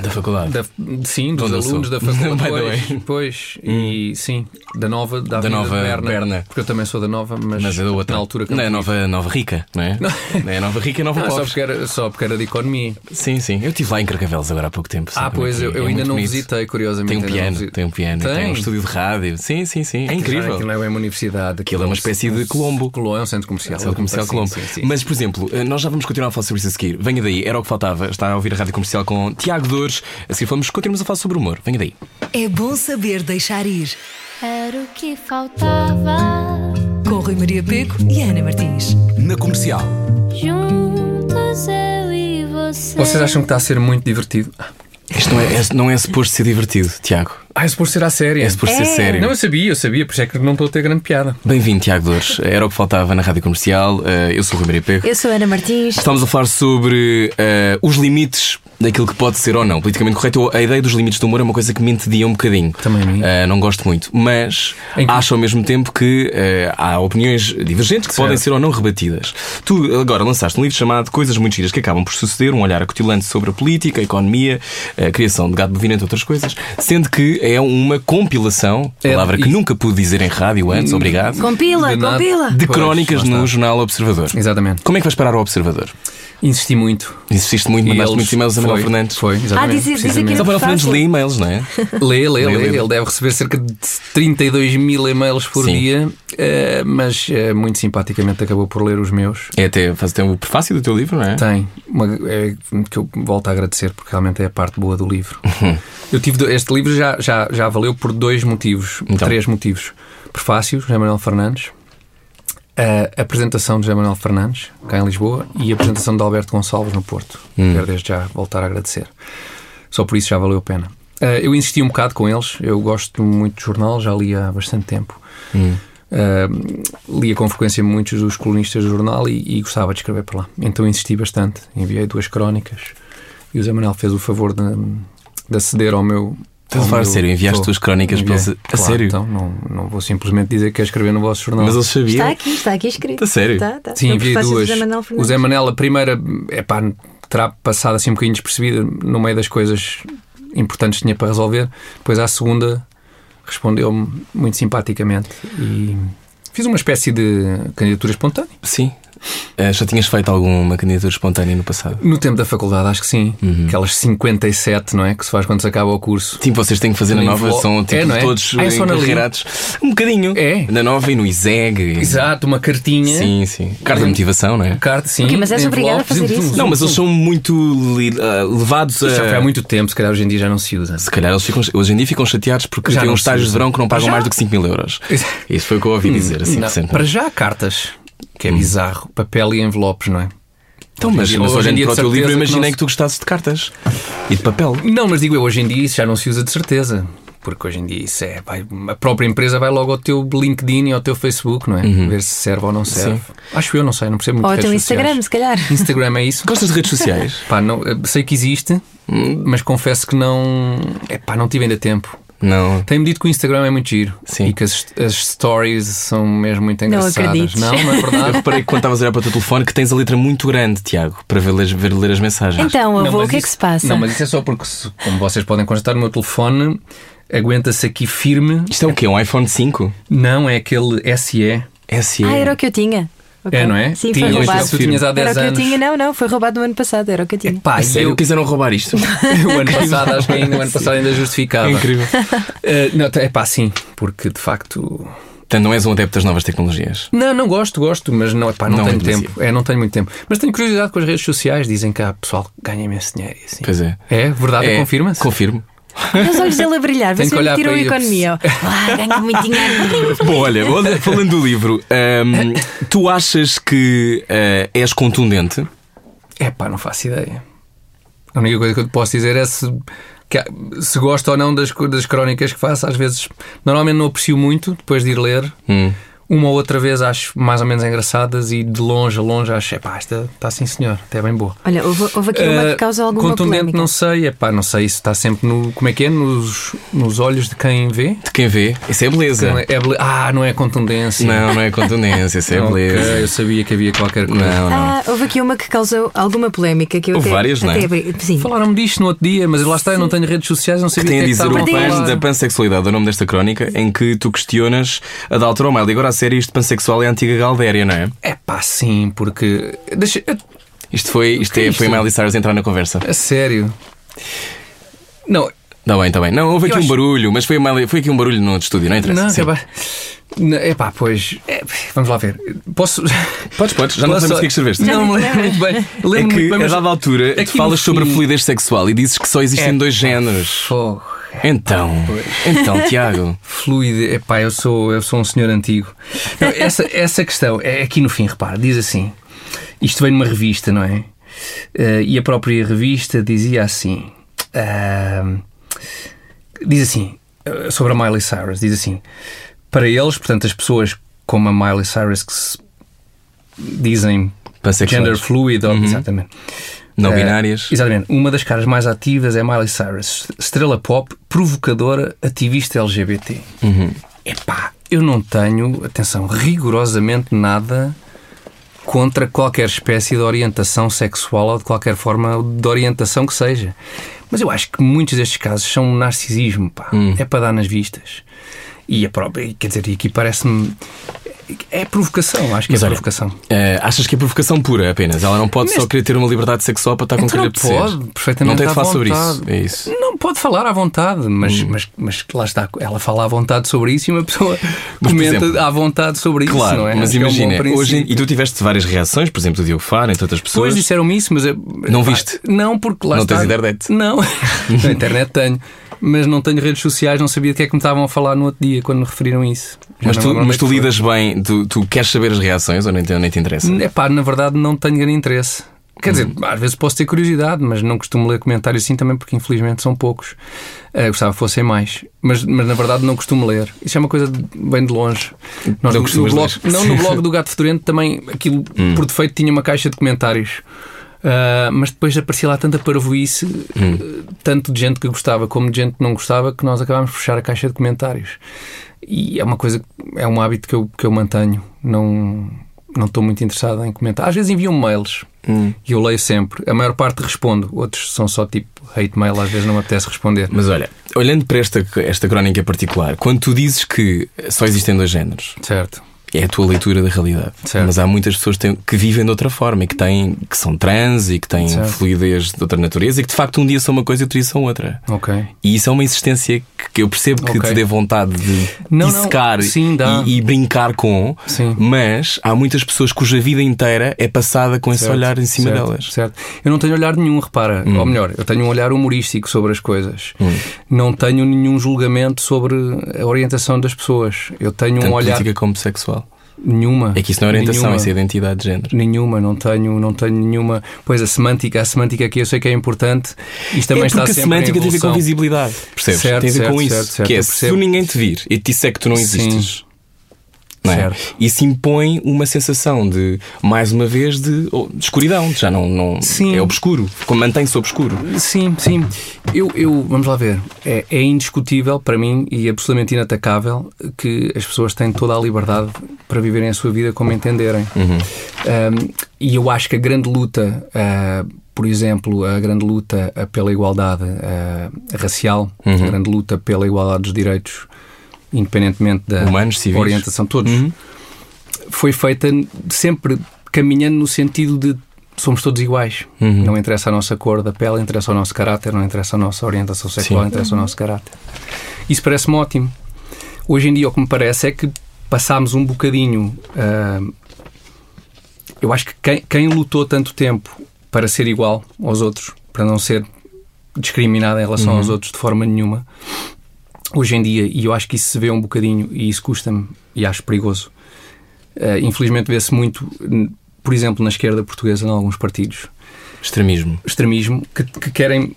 S2: Da faculdade.
S5: da, sim, dos
S2: Onde eu
S5: alunos
S2: sou.
S5: da
S2: By
S5: faculdade.
S2: the
S5: Pois,
S2: way. Hum.
S5: pois, e sim, da nova, da,
S2: Da
S5: Avenida
S2: Nova
S5: de Berna,
S2: Berna.
S5: Porque eu também sou da nova, mas,
S2: Mas é da outra.
S5: na altura que
S2: Não
S5: eu
S2: é
S5: tive-
S2: nova, nova rica, não é? Não é nova rica, é nova
S5: Ah, só,
S2: pobre.
S5: porque era, só porque era de economia.
S2: Sim, sim. Eu estive lá em Carcavelos agora há pouco tempo.
S5: ah,
S2: sabe como é
S5: pois,
S2: que é?
S5: eu, eu
S2: É
S5: ainda
S2: muito
S5: não
S2: bonito.
S5: visitei, curiosamente.
S2: Tem um
S5: ainda não
S2: piano,
S5: visitei.
S2: tem um piano, tem, um estúdio de rádio. Sim, sim, sim. É incrível.
S5: Aquilo é uma universidade. um
S2: Aquilo é uma espécie de Colombo.
S5: Colombo é um centro comercial.
S2: Centro Comercial
S5: Sim,
S2: Colombo.
S5: sim, sim.
S2: Mas, por exemplo, eh, nós já vamos continuar a falar sobre isso a seguir. Venha daí, era o que faltava. Está a ouvir a rádio comercial com Tiago Dores. A seguir falamos, continuamos a falar sobre humor. Venha daí.
S6: É bom saber deixar ir.
S1: Era o que faltava.
S6: Com Rui Maria Peco e Ana Martins.
S4: Na comercial.
S1: juntos eu e você.
S5: Vocês acham que está a ser muito divertido?
S2: Isto não é, é- não é suposto ser divertido, Tiago.
S5: Ah, é suposto ser à séria.
S2: É suposto ser
S3: É.
S2: sério.
S5: Não, eu sabia, eu sabia, por isso é que não estou a ter grande piada.
S2: Bem-vindo, Tiago Dores. Era o que faltava na rádio comercial. Eh, eu sou o Rui Maria Pego.
S3: Eu sou a Ana Martins.
S2: Estamos a falar sobre eh, os limites daquilo que pode ser ou não. Politicamente correto, a ideia dos limites do humor é uma coisa que me entedia um bocadinho.
S5: Também a mim.
S2: Eh, não gosto muito. Mas
S5: Em que-
S2: acho ao mesmo tempo que eh, há opiniões divergentes que podem
S5: Certo.
S2: ser ou não rebatidas. Tu agora lançaste um livro chamado Coisas Muito Giras que acabam por suceder, um olhar acutilante sobre a política, a economia, a criação de gado bovino, entre outras coisas, sendo que é uma compilação,
S5: É,
S2: palavra que
S5: e-
S2: nunca pude dizer em rádio antes, obrigado,
S3: Compila,
S5: De nada.
S3: compila.
S2: de
S5: Pois,
S2: crónicas
S5: lá está.
S2: no Jornal Observador.
S5: Exatamente.
S2: Como é que vais parar ao Observador?
S5: Insisti muito.
S2: Insististe muito, mandaste
S5: eles-
S2: muitos e-mails a Manuel
S5: foi,
S2: Fernandes.
S5: Foi, exatamente.
S3: Ah, disse- disse
S5: precisamente.
S2: Só
S3: aquilo.
S2: para o Fernandes
S3: Fácil.
S2: lê e-mails, não é?
S5: Lê, lê,
S2: Lê,
S5: lê.
S2: lê.
S5: Ele deve receber cerca de 32 mil e-mails por
S2: Sim.
S5: dia, eh, mas eh, muito simpaticamente acabou por ler os meus.
S2: É até, faz até o prefácio do teu livro, não é?
S5: Tem, uma, é, que eu volto a agradecer porque realmente é a parte boa do livro. eu tive do- este livro já, já, já valeu por dois motivos, por
S2: Então.
S5: três motivos. Prefácio, José Manuel Fernandes, a apresentação de José Manuel Fernandes, cá em Lisboa, e a apresentação de Alberto Gonçalves no Porto. Quero desde já voltar a agradecer. Só por isso já valeu a pena. Ah, eu insisti um bocado com eles, eu gosto muito de jornal, já li há bastante tempo. Ah, lia com frequência muitos dos colunistas do jornal e, e gostava de escrever para lá. Então insisti bastante, enviei duas crónicas e o Zé Manuel fez o favor de, de aceder ao meu.
S2: Estás a
S5: ao
S2: falar
S5: meu-
S2: sério? Enviaste
S5: Tô.
S2: tuas crónicas para
S5: Enviei.
S2: ele- a
S5: Claro,
S2: sério?
S5: Então, não, não vou simplesmente dizer que é escrever no vosso jornal.
S2: Mas ele sabia.
S3: Está aqui, está aqui escrito. Tá,
S2: A sério?
S3: Está, está.
S5: Tá Sim,
S3: No
S5: enviei
S3: prefácio do
S5: duas.
S3: José Manuel
S5: o
S3: Fernandes.
S5: Zé Manel, a primeira, é pá, terá passado assim um bocadinho despercebida no meio das coisas importantes que tinha para resolver. Depois, à segunda, respondeu-me muito simpaticamente e fiz uma espécie de candidatura espontânea.
S2: Sim. Ah, já tinhas feito alguma candidatura espontânea no passado?
S5: No tempo da faculdade, acho que sim. Aquelas 57, não é? Que se faz quando se acaba o curso.
S2: Tipo, vocês têm que fazer na
S5: Nem
S2: nova,
S5: vou-
S2: são tipo
S5: É, não é?
S2: todos
S5: Ah, é só na
S2: encarreirados. Um bocadinho.
S5: É.
S2: Na nova e no ISEG. e-
S5: Exato, uma cartinha.
S2: Sim, sim. Carta de motivação, não é?
S5: Carta, sim.
S3: Ok, mas és
S5: envelope,
S3: obrigado a fazer
S5: zoom,
S3: isso?
S5: zoom,
S2: Não, mas
S5: zoom.
S2: eles são muito li- ah, levados a.
S5: Isso já foi há muito tempo, se calhar hoje em dia já não se usa.
S2: Se calhar eles ficam, hoje em dia ficam chateados porque
S5: Já
S2: têm
S5: não
S2: uns
S5: se
S2: estágios de
S5: usa.
S2: verão que não pagam
S5: Já?
S2: mais do que 5 mil euros.
S5: Isso. Hum.
S2: Isso foi o que eu ouvi dizer, assim, Hum.
S5: Não,
S2: recente.
S5: para já há cartas, que é bizarro, papel e envelopes, não é?
S2: Então, mas,
S5: Hoje em
S2: mas
S5: dia- hoje em
S2: olhando
S5: dia,
S2: para o
S5: de
S2: teu livro,
S5: certeza
S2: eu
S5: que
S2: imaginei
S5: não
S2: que,
S5: se-
S2: tu gostasses de cartas e de papel.
S5: Não, mas digo eu, hoje em dia isso já não se usa de certeza. Porque hoje em dia isso é. vai- a própria empresa vai logo ao teu LinkedIn e ao teu Facebook, não é?
S2: Uhum.
S5: Ver se serve ou não serve. Acho eu, não sei, não percebo muito
S3: Ou
S5: de
S3: até o
S5: redes
S3: Instagram,
S5: sociais.
S3: se calhar.
S5: Instagram é isso?
S2: Gostas de redes sociais?
S5: Pá, não, eh, sei que existe,
S2: Hum.
S5: mas confesso que não. É pá, não tive ainda tempo.
S2: não.
S5: Tem-me dito que o Instagram é muito giro
S2: Sim.
S5: e que as, as stories são mesmo muito
S3: Não
S5: engraçadas.
S3: acredites.
S5: Não, não, é
S2: Eu
S5: verdade.
S2: reparei que quando estavas a olhar para o teu telefone que tens a letra muito grande, Tiago, para ver, ver ler as mensagens.
S3: Então,
S5: Não,
S3: avô,
S5: mas
S3: o que é
S5: isso-
S3: que se passa?
S5: Não, mas isso é só porque, se- como vocês podem constatar, o meu telefone aguenta-se aqui firme.
S2: Isto é o quê? Um iPhone 5?
S5: Não é aquele SE.
S2: SE.
S3: Ah, era o que eu tinha. Ok.
S5: É, não é?
S3: Sim,
S5: Tinhas,
S3: foi
S5: mas
S3: roubado.
S5: tu tinhas há
S3: era
S5: 10
S3: o que eu
S5: anos.
S3: tinha, não, não, foi roubado no ano passado, era o que eu tinha.
S2: A
S5: Pá, e
S2: Ah, É sério,
S5: eu-
S2: quiseram roubar isto?
S5: o ano passado, acho que ainda o ano passado ainda justificava.
S2: É Incrível.
S5: Eh, não, é pá, sim, porque de facto.
S2: Portanto, não és um adepto das novas tecnologias.
S5: Não, não gosto, gosto, mas não, epá, não,
S2: Não é
S5: tenho
S2: demasiado.
S5: tempo. É, não tenho muito tempo. Mas tenho curiosidade com as redes sociais, dizem que há pessoal que ganha imenso dinheiro. e Assim.
S2: Pois é.
S5: É, verdade,
S2: É,
S5: confirma-se.
S2: Confirmo.
S3: Os olhos dele a brilhar, vê
S5: Tenho
S3: se
S5: que
S3: ele
S5: olhar
S3: tirou a
S5: para ele.
S3: economia. Ah, ganha muito dinheiro.
S2: Bom, olha, olha, falando do livro, hum, tu achas que eh, és contundente?
S5: É pá, não faço ideia. A única coisa que eu te posso dizer é se, que há- se gosto ou não das, co- das crónicas que faço. Às vezes, normalmente não aprecio muito depois de ir ler.
S2: Hum,
S5: Uma ou outra vez acho mais ou menos engraçadas e de longe a longe acho, é pá, esta está sim senhor, até bem boa.
S3: Olha, houve, houve aqui uma
S5: Eh,
S3: que causa alguma
S5: contundente,
S3: polémica.
S5: não sei, é pá, não sei, isso está sempre no. Como é que é? Nos, nos olhos de quem vê?
S2: De quem vê? Isso é beleza.
S5: Não é- é bele- ah, não é contundência.
S2: Não, não é contundência, isso é
S5: Ok,
S2: beleza.
S5: eu sabia que havia qualquer coisa.
S2: Não, não.
S3: Ah, houve aqui uma que causou alguma polémica que eu
S2: Houve
S3: até,
S2: várias, não é?
S3: até abri- Sim.
S5: Falaram-me disto no outro dia, mas lá está, eu não tenho redes sociais, não
S2: Que
S5: sabia
S2: tem a
S5: o que é que
S2: dizer o
S5: estavam a
S2: pan
S5: falar.
S2: da pansexualidade, o nome desta crónica, em que tu questionas a da altura ao Miley. Agora a série isto pansexual é a antiga Galdéria, não é?
S5: É pá, sim, porque. Deixa...
S2: Isto foi, isto
S5: que é
S2: é,
S5: isto?
S2: foi a Miley Cyrus entrar na conversa.
S5: A sério. Não,
S2: Está bem, está bem. Não, houve
S5: Eu
S2: aqui um
S5: acho-
S2: barulho, mas foi, a Miley- foi aqui um barulho no outro estúdio, não interessa.
S5: não,
S2: Sim.
S5: é pá. Não, É pá, pois. é, vamos lá ver. Posso.
S2: Podes, podes, já não
S5: Posso-
S2: sabemos o que é que escreveste.
S5: Não me lembro muito
S2: É
S5: bem. Lembro-me
S2: que
S5: muito bem,
S2: a
S5: mas.
S2: dada altura tu
S5: aqui no
S2: falas sobre a
S5: fim-
S2: fluidez sexual e dizes que só existem
S5: É,
S2: dois
S5: pá,
S2: géneros.
S5: Fogo.
S2: Então, então, Tiago.
S5: Fluide, epá, eu sou, eu sou um senhor antigo. Não, essa, essa questão é aqui no fim, repara, diz assim: Isto veio numa revista, não é? Eh, e a própria revista dizia assim: ah, diz assim, eh, sobre a Miley Cyrus, diz assim: para eles, portanto, as pessoas como a Miley Cyrus que se dizem
S2: Pansexuais.
S5: gender fluid, ou- exatamente.
S2: Não
S5: Eh,
S2: binárias.
S5: Exatamente. Uma das caras mais ativas é Miley Cyrus, estrela pop, provocadora, ativista LGBT.
S2: Uhum.
S5: Epá, eu não tenho, atenção, rigorosamente nada contra qualquer espécie de orientação sexual ou de qualquer forma de orientação que seja. Mas eu acho que muitos destes casos são um narcisismo, pá.
S2: Hum.
S5: É para dar nas vistas. E a própria, quer dizer, e aqui parece-me. É provocação, acho que
S2: Mas
S5: é
S2: olha,
S5: provocação.
S2: eh, achas que é provocação pura apenas? Ela não pode só querer ter uma liberdade sexual para estar com quem
S5: Então
S2: lhe
S5: não
S2: apetecer.
S5: pode, perfeitamente
S2: Não tem
S5: à
S2: de falar sobre isso.
S5: vontade.
S2: É isso.
S5: Não pode falar à vontade,
S2: Hum.
S5: mas, mas, mas lá está, ela fala à vontade sobre isso e uma pessoa
S2: por
S5: comenta
S2: exemplo,
S5: à vontade sobre isso,
S2: Claro,
S5: não é?
S2: mas
S5: Acho que é um bom
S2: imagina, hoje,
S5: princípio.
S2: e tu tiveste várias reações, por exemplo, do Diogo Faro, entre outras pessoas.
S5: Depois disseram-me isso, mas. eu-
S2: Não
S5: pá,
S2: viste?
S5: Não, porque lá
S2: Não
S5: está.
S2: tens internet?
S5: Não. Na internet tenho. Mas não tenho redes sociais, não sabia do que é que me estavam a falar no outro dia quando me referiram isso. Já
S2: mas
S5: não
S2: tu,
S5: lembro onde
S2: mas
S5: é
S2: tu
S5: que foi.
S2: lidas bem, tu, tu queres saber as reações ou nem te, nem te interessa? Uhum.
S5: É pá, na verdade não tenho grande interesse. Quer dizer, às vezes posso ter curiosidade, mas não costumo ler comentários assim também, porque infelizmente são poucos. Ah, gostava que fossem mais, mas, mas na verdade não costumo ler. Isso é uma coisa de- bem de longe. Nós
S2: Não
S5: no- no,
S2: costumas
S5: blog,
S2: ler.
S5: não, no blog do Gato Fedorento também, aquilo por defeito tinha uma caixa de comentários. Ah, mas depois aparecia lá tanta parvoíce, ah, tanto de gente que gostava como de gente que não gostava, que nós acabámos por fechar a caixa de comentários. E é uma coisa, que- é um hábito que eu, que eu mantenho. Não não estou muito interessado em comentar. Às vezes enviam mails
S2: Hum.
S5: e eu leio sempre. A maior parte respondo. Outros são só tipo hate mail, às vezes não me apetece responder.
S2: Mas olha, olhando para esta, esta crónica particular, quando tu dizes que só existem dois géneros,
S5: Certo.
S2: é a tua leitura da realidade.
S5: Certo.
S2: Mas há muitas pessoas que, têm- que vivem de outra forma e que, têm, que são trans e que têm
S5: Certo.
S2: fluidez de outra natureza e que de facto um dia são uma coisa e outro dia são outra.
S5: Ok.
S2: E isso é uma existência que- que eu percebo que
S5: Ok.
S2: te dê vontade de
S5: Não, não.
S2: dissecar e-
S5: Sim, dá.
S2: e, brincar com,
S5: Sim.
S2: mas há muitas pessoas cuja vida inteira é passada com esse
S5: Certo,
S2: olhar em cima
S5: certo,
S2: delas. Hum.
S5: Certo. Eu não tenho olhar nenhum, repara. Ou melhor, eu tenho um olhar humorístico sobre as coisas. Não tenho nenhum julgamento sobre a orientação das pessoas. Eu tenho
S2: Tanto
S5: um olhar.
S2: política como sexual.
S5: Nenhuma.
S2: É que isso não é orientação,
S5: Nenhuma.
S2: isso é identidade de género.
S5: Nenhuma, não tenho, não tenho nenhuma. Pois a semântica, a semântica aqui eu sei que é importante. Isto também
S2: é
S5: está
S2: porque a
S5: sempre
S2: semântica
S5: em
S2: tem a ver com
S5: evolução.
S2: visibilidade. Percebes?
S5: Certo,
S2: tem a ver
S5: certo,
S2: com isso.
S5: certo, certo,
S2: que é
S5: eu
S2: se
S5: percebo.
S2: tu ninguém te vir e te disser que tu não
S5: Sim.
S2: existes. Não é?
S5: Certo.
S2: Isso impõe uma sensação de, mais uma vez, de, oh, de escuridão. Já não, não
S5: Sim.
S2: é obscuro. Como Mantém-se obscuro.
S5: Sim, sim. Eu, eu vamos lá ver. É, é indiscutível para mim e absolutamente inatacável que as pessoas têm toda a liberdade para viverem a sua vida como entenderem.
S2: Uhum.
S5: Um, e eu acho que a grande luta, ah, por exemplo, a grande luta ah, pela igualdade ah, racial,
S2: Uhum.
S5: a grande luta pela igualdade dos direitos, independentemente da
S2: Humanos, civis. Uhum.
S5: orientação, todos, foi feita sempre caminhando no sentido de somos todos iguais. Não interessa a nossa cor da pele, interessa o nosso caráter, não interessa a nossa orientação sexual,
S2: Sim.
S5: interessa o nosso caráter. Isso parece-me ótimo. Hoje em dia, o que me parece é que passámos um bocadinho. ah, eu acho que quem, quem lutou tanto tempo para ser igual aos outros, para não ser discriminado em relação aos outros de forma nenhuma, hoje em dia, e eu acho que isso se vê um bocadinho e isso custa-me e acho perigoso. Eh, infelizmente vê-se muito, n- por exemplo, na esquerda portuguesa, em alguns partidos,
S2: Extremismo.
S5: extremismo, que, que querem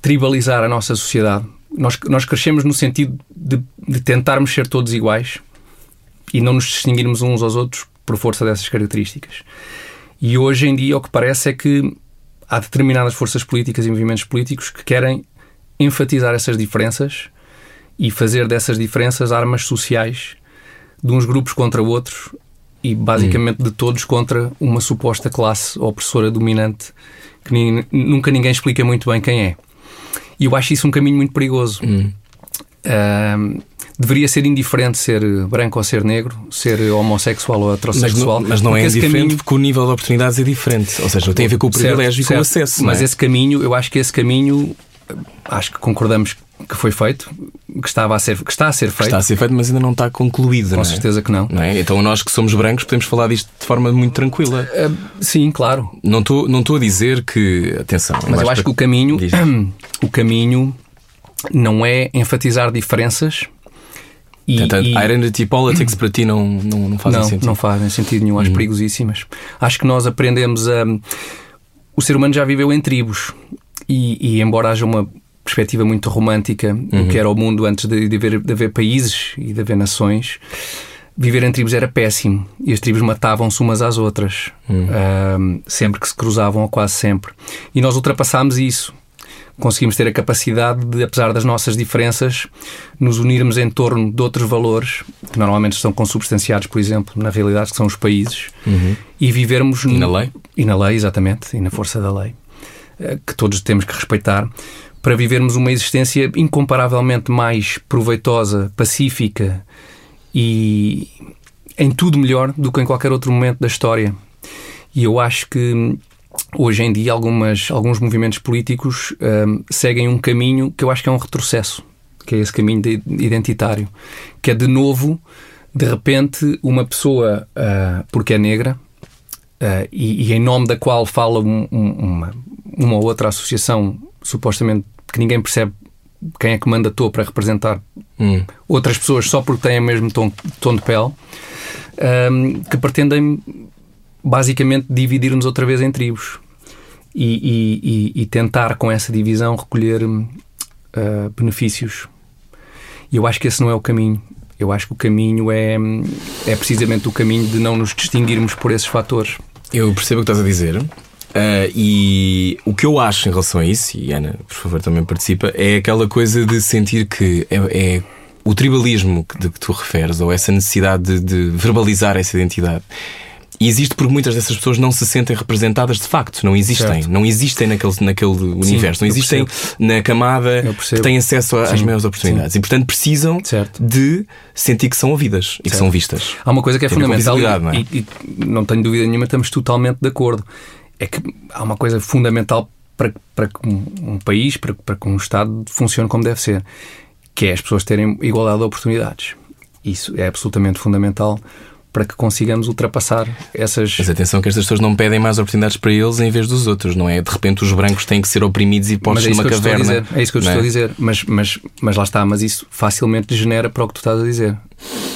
S5: tribalizar a nossa sociedade. Nós, nós crescemos no sentido de, de tentarmos ser todos iguais e não nos distinguirmos uns aos outros por força dessas características. E hoje em dia o que parece é que há determinadas forças políticas e movimentos políticos que querem enfatizar essas diferenças e fazer dessas diferenças armas sociais de uns grupos contra outros e basicamente
S2: Hum.
S5: de todos contra uma suposta classe opressora dominante que nin- nunca ninguém explica muito bem quem é. E eu acho isso um caminho muito perigoso.
S2: Hum.
S5: Ahm, deveria ser indiferente ser branco ou ser negro, ser homossexual ou
S2: Mas
S5: heterossexual.
S2: não, mas não é
S5: porque esse
S2: indiferente
S5: caminho-
S2: porque o nível de oportunidades é diferente. Ou seja, tem a ver com o
S5: Certo,
S2: privilégio e com o
S5: certo.
S2: acesso. não
S5: Mas
S2: é?
S5: esse caminho, eu acho que esse caminho, eh, acho que concordamos que foi feito, que estava a ser, que está a ser feito.
S2: Está a ser feito, mas ainda não está concluído.
S5: com
S2: não é?
S5: certeza que não.
S2: Não é? Então nós que somos brancos podemos falar disto de forma muito tranquila.
S5: Eh, sim, claro.
S2: Não estou não estou a dizer que. Atenção. é
S5: Mas eu acho que o caminho,
S2: Diz.
S5: o caminho não é enfatizar diferenças E-
S2: Portanto,
S5: e-
S2: Identity Politics é para ti não, não, Ah, não fazem
S5: não,
S2: sentido. Uhum.
S5: Não fazem sentido nenhum, acho perigosíssimas. Acho que nós aprendemos a. O ser humano já viveu em tribos e, e embora haja uma perspectiva muito romântica do que era o mundo antes de, de haver, de haver países e de haver nações, viver em tribos era péssimo e as tribos matavam-se umas às outras, ahm, sempre que se cruzavam ou quase sempre. E nós ultrapassámos isso. Conseguimos ter a capacidade de, apesar das nossas diferenças, nos unirmos em torno de outros valores, que normalmente são consubstanciados, por exemplo, na realidade, que são os países,
S2: Uhum.
S5: e vivermos.
S2: E na lei?
S5: E na lei, exatamente, e na força da lei, eh, que todos temos que respeitar, para vivermos uma existência incomparavelmente mais proveitosa, pacífica e em tudo melhor do que em qualquer outro momento da história. E eu acho que hum, hoje em dia algumas, alguns movimentos políticos hum, seguem um caminho que eu acho que é um retrocesso, que é esse caminho de- identitário, que é de novo, de repente, uma pessoa, ah, porque é negra, ah, e, e em nome da qual fala um- um- uma, uma outra associação, supostamente que ninguém percebe quem é que manda mandatou para representar
S2: Hum.
S5: outras pessoas só porque têm o mesmo tom, tom de pele, hum, que pretendem basicamente dividir-nos outra vez em tribos e, e- e- e tentar com essa divisão recolher hum, ah, benefícios. E eu acho que esse não é o caminho. Eu acho que o caminho é, hum, é precisamente o caminho de não nos distinguirmos por esses fatores.
S2: Eu percebo o que estás a dizer. ah, e o que eu acho em relação a isso, e Ana, por favor, também participa, é aquela coisa de sentir que é, é o tribalismo que- de que tu referes, ou essa necessidade de, de verbalizar essa identidade. E existe porque muitas dessas pessoas não se sentem representadas de facto, não existem, não existem naquele, naquele universo, não
S5: eu
S2: existem na camada
S5: Eu
S2: que
S5: percebo.
S2: tem acesso a- às
S5: Sim,
S2: maiores oportunidades. E portanto precisam
S5: Certo.
S2: de sentir que são ouvidas e que são vistas.
S5: Há uma coisa que é
S2: Tem a ver com
S5: fundamental
S2: visibilidade, não é?
S5: e, e não tenho dúvida nenhuma, estamos totalmente de acordo. É que há uma coisa fundamental para, para que um um país, para, para que um Estado funcione como deve ser, que é as pessoas terem igualdade de oportunidades. Isso é absolutamente fundamental para que consigamos ultrapassar essas.
S2: Mas atenção que estas pessoas não pedem mais oportunidades para eles em vez dos outros, não é? De repente os brancos têm que ser oprimidos e
S5: Mas
S2: postos
S5: é isso
S2: numa
S5: que eu te estou a
S2: caverna.
S5: dizer, É isso que eu te
S2: não
S5: estou a
S2: é?
S5: dizer. Mas, mas, mas lá está, mas isso facilmente degenera para o que tu estás a dizer.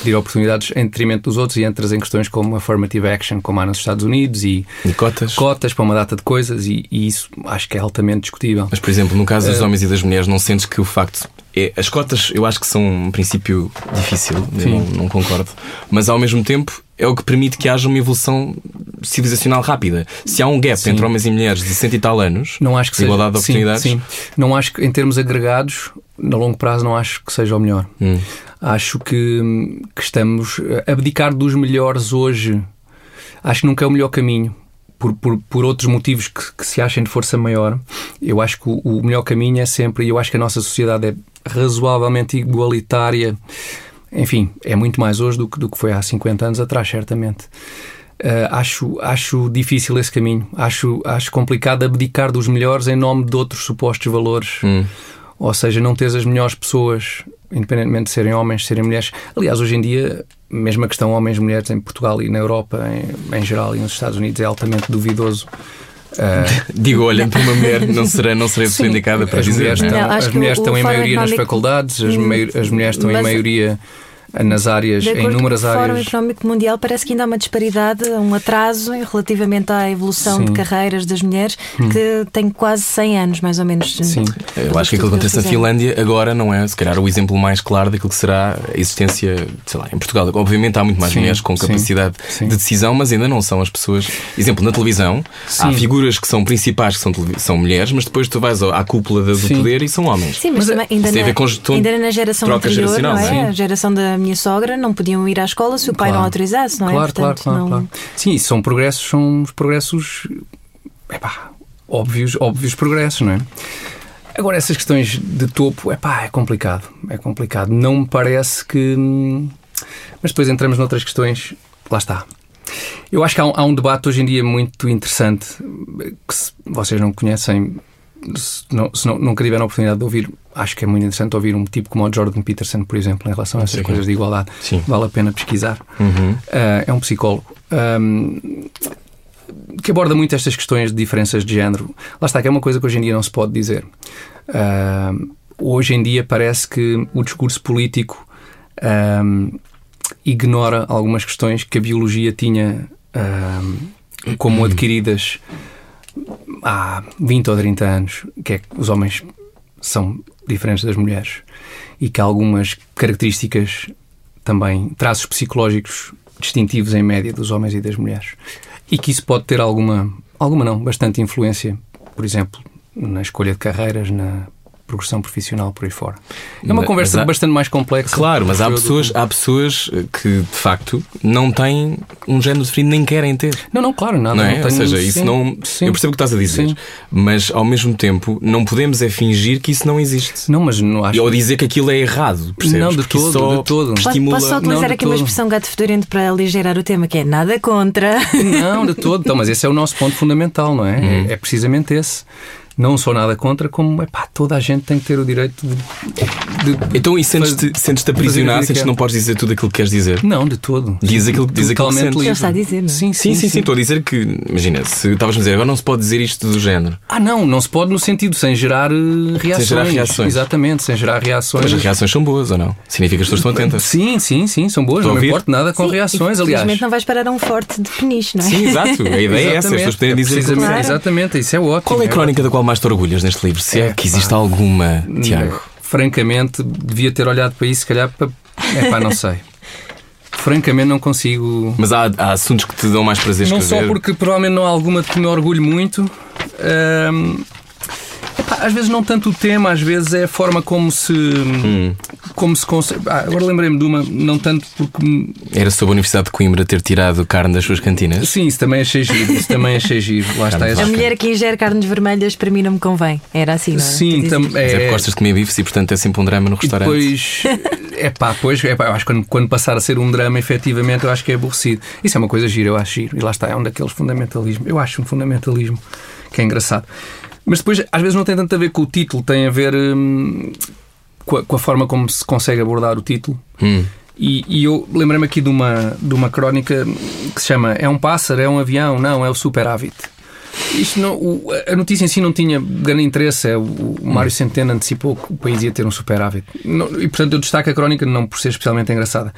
S5: De oportunidades em detrimento dos outros e entras em questões como affirmative action, como há nos Estados Unidos e
S2: E cotas.
S5: cotas para uma data de coisas e, e isso acho que é altamente discutível.
S2: Mas, por exemplo, no caso
S5: Eh,
S2: dos homens e das mulheres, não sentes que o facto. é- as cotas eu acho que são um princípio difícil, eu não, não concordo. Mas ao mesmo tempo é o que permite que haja uma evolução civilizacional rápida. Se há um gap entre homens e mulheres de cento e tal anos,
S5: Não acho que
S2: de igualdade
S5: seja.
S2: de oportunidades,
S5: Sim, sim. Não acho que, em termos agregados, no longo prazo, não acho que seja o melhor.
S2: Hum.
S5: Acho que, que estamos a abdicar dos melhores hoje. Acho que nunca é o melhor caminho. Por, por, por outros motivos que, que se achem de força maior, eu acho que o, o melhor caminho é sempre, e eu acho que a nossa sociedade é razoavelmente igualitária. Enfim, é muito mais hoje do que, do que foi há 50 anos atrás, certamente. Uh, acho, acho difícil esse caminho. Acho, acho complicado abdicar dos melhores em nome de outros supostos valores.
S2: Hum.
S5: Ou seja, não ter as melhores pessoas, independentemente de serem homens, serem mulheres. Aliás, hoje em dia, mesmo a questão homens e mulheres em Portugal e na Europa em, em geral e nos Estados Unidos é altamente duvidoso. Ah,
S2: digo, olhem para uma mulher, não será, não será indicada para
S5: as
S2: dizer.
S5: mulheres,
S2: não é?
S5: estão,
S3: Não, acho
S5: as
S3: que
S5: mulheres
S3: o- o
S5: estão em
S3: fórum
S5: maioria nas
S3: económico-
S5: faculdades, as, mei- as mulheres estão em
S3: Mas-
S5: maioria nas áreas,
S3: De
S5: em
S3: acordo
S5: inúmeras
S3: com o Fórum
S5: áreas.
S3: Económico Mundial, parece que ainda há uma disparidade, um atraso em- relativamente à evolução de carreiras das mulheres, que tem quase 100 anos, mais ou menos.
S5: Sim.
S2: Hum. Eu acho que aquilo que acontece na Finlândia agora não é, se calhar, o exemplo mais claro daquilo que será a existência, sei lá, em Portugal. Obviamente há muito mais
S5: Sim,
S2: mulheres com
S5: sim,
S2: capacidade
S5: sim.
S2: de decisão, mas ainda não são as pessoas. Exemplo, na televisão, há
S5: Sim.
S2: figuras que são principais, que são, televi- são mulheres, mas depois tu vais ao- à cúpula da- do
S5: Sim.
S2: poder e são homens.
S3: Sim, mas,
S5: Mas é-
S3: também ainda,
S2: eh, isso tem a
S3: na,
S2: ver com gestão-
S3: ainda na geração
S2: troca
S3: anterior, não
S2: geracional,
S3: é?
S2: sim.
S3: A geração da minha sogra não podiam ir à escola se o pai
S5: Claro.
S3: não autorizasse, não é?
S5: Claro, claro,
S3: Portanto,
S5: claro,
S3: não-
S5: claro. Sim, isso são progressos, são uns progressos epá, óbvios, óbvios progressos, não é? Agora, essas questões de topo, epá, é complicado. É complicado. Não me parece que. hum, Mas depois entramos noutras questões. Lá está. Eu acho que há um, há um debate hoje em dia muito interessante que se vocês não conhecem, se, não, se não- nunca tiveram a oportunidade de ouvir, acho que é muito interessante ouvir um tipo como o Jordan Peterson, por exemplo, em relação a essas
S2: Sim.
S5: coisas de igualdade.
S2: Sim.
S5: Vale a pena pesquisar.
S2: Uhum.
S5: Ah, é um psicólogo. ahm, que aborda muito estas questões de diferenças de género. Lá está, que é uma coisa que hoje em dia não se pode dizer. Ah, hoje em dia parece que o discurso político ahm, ignora algumas questões que a biologia tinha ahm, como adquiridas há 20 ou 30 anos, que é que os homens são diferentes das mulheres e que há algumas características também, traços psicológicos distintivos em média dos homens e das mulheres. E que isso pode ter alguma, alguma não, bastante influência, por exemplo, na escolha de carreiras, na progressão profissional por aí fora. É uma
S2: Mas-
S5: conversa
S2: mas há-
S5: bastante mais complexa.
S2: Claro, mas há
S5: Eu-
S2: pessoas, há pessoas eh, que de facto não têm um género definido nem querem ter.
S5: Não, não, claro, nada.
S2: Não é?
S5: Ah, não
S2: Ou
S5: tenho-
S2: seja, isso
S5: sim,
S2: não.
S5: sim.
S2: Eu percebo o que estás a dizer,
S5: Sim.
S2: mas ao mesmo tempo não podemos é fingir que isso não existe.
S5: Não, mas não acho.
S2: Ou dizer que aquilo é errado, percebes?
S5: Não, de
S2: Porque
S5: todo,
S2: isso só
S5: de todo.
S3: Posso-
S2: Estimula...
S3: Posso só
S5: não,
S3: utilizar
S5: de
S3: aqui uma
S5: todo.
S3: expressão gato fedorento para aligerar o tema, que é nada contra.
S5: Não, de todo. Então, mas esse é o nosso ponto fundamental, não é?
S2: Uhum.
S5: É, é precisamente esse. Não sou nada contra, como epá, toda a gente tem que ter o direito de. de-
S2: Então, e sentes-te sentes
S5: fazer aquilo
S2: aprisionado,
S5: que é.
S2: sentes
S5: quer.
S2: que não podes dizer tudo aquilo que queres dizer?
S5: Não, de todo.
S2: Diz aquilo- diz aquilo que
S5: Totalmente
S2: sentes.
S5: livre.
S2: Ele
S3: está a dizer, não é?
S5: Sim,
S2: Sim, sim, sim, estou a dizer que, imagina, se estavas a dizer agora não se pode dizer isto do género,
S5: Ah, não, não se pode no sentido sem gerar eh, reações.
S2: gerar reações.
S5: Exatamente, sem gerar reações.
S2: mas as reações são boas ou não? Significa que as pessoas estão atentas.
S5: Sim, sim, sim, são boas,
S2: Estou a
S5: não me
S2: ouvir.
S5: importo nada com
S3: Sim,
S5: reações,
S3: e,
S5: aliás.
S3: Felizmente não vais parar a um forte de peniche, não é?
S2: Sim, exato, a ideia é essa, as
S5: Exatamente,
S2: pessoas podem dizer aquilo que
S5: precisamente-
S3: Claro.
S5: Exatamente, isso é ótimo.
S2: Qual é a
S5: é
S2: crónica da qual mais te orgulhas neste livro? Se é,
S5: É,
S2: que existe alguma, Tiago?
S5: Uhum. Francamente, devia ter olhado para isso, se calhar para. É pá, não sei. Francamente, não consigo.
S2: Mas há, há assuntos que te dão mais prazer
S5: Não
S2: escrever.
S5: só porque provavelmente não há alguma de que me orgulho muito. Ahm, epá, às vezes não tanto o tema, às vezes é a forma como se.
S2: Hum.
S5: Como se consegue. Ah, agora lembrei-me de uma, não tanto porque. me-
S2: Era sobre a Universidade de Coimbra ter tirado carne das suas cantinas.
S5: Sim, isso também achei giro. Isso também achei giro. Lá está
S2: Carne
S5: essa.
S3: A
S2: Ok.
S3: mulher que ingere carnes vermelhas, para mim não me convém. Era assim, não é? Tu
S5: Sim,
S3: dizes-
S5: tam,
S2: Mas é
S5: é,
S2: porque gostas de comer bifes e, portanto, é sempre um drama no
S5: E
S2: restaurante.
S5: depois, é pá, pois, é eu acho que quando, quando passar a ser um drama, efetivamente, eu acho que é aborrecido. Isso é uma coisa gira, eu acho giro. E lá está, é um daqueles fundamentalismos. Eu acho um fundamentalismo que é engraçado. Mas depois, às vezes, não tem tanto a ver com o título, tem a ver hum, com, a, com a forma como se consegue abordar o título.
S2: Hum.
S5: E, e eu lembrei-me aqui de uma, de uma crónica que se chama É um pássaro, é um avião? Não, é o superávit. Isto não, o- a notícia em si não tinha grande interesse. É, o, o Mário Centeno antecipou que o país ia ter um superávit. Não- e portanto eu destaco a crónica não por ser especialmente engraçada,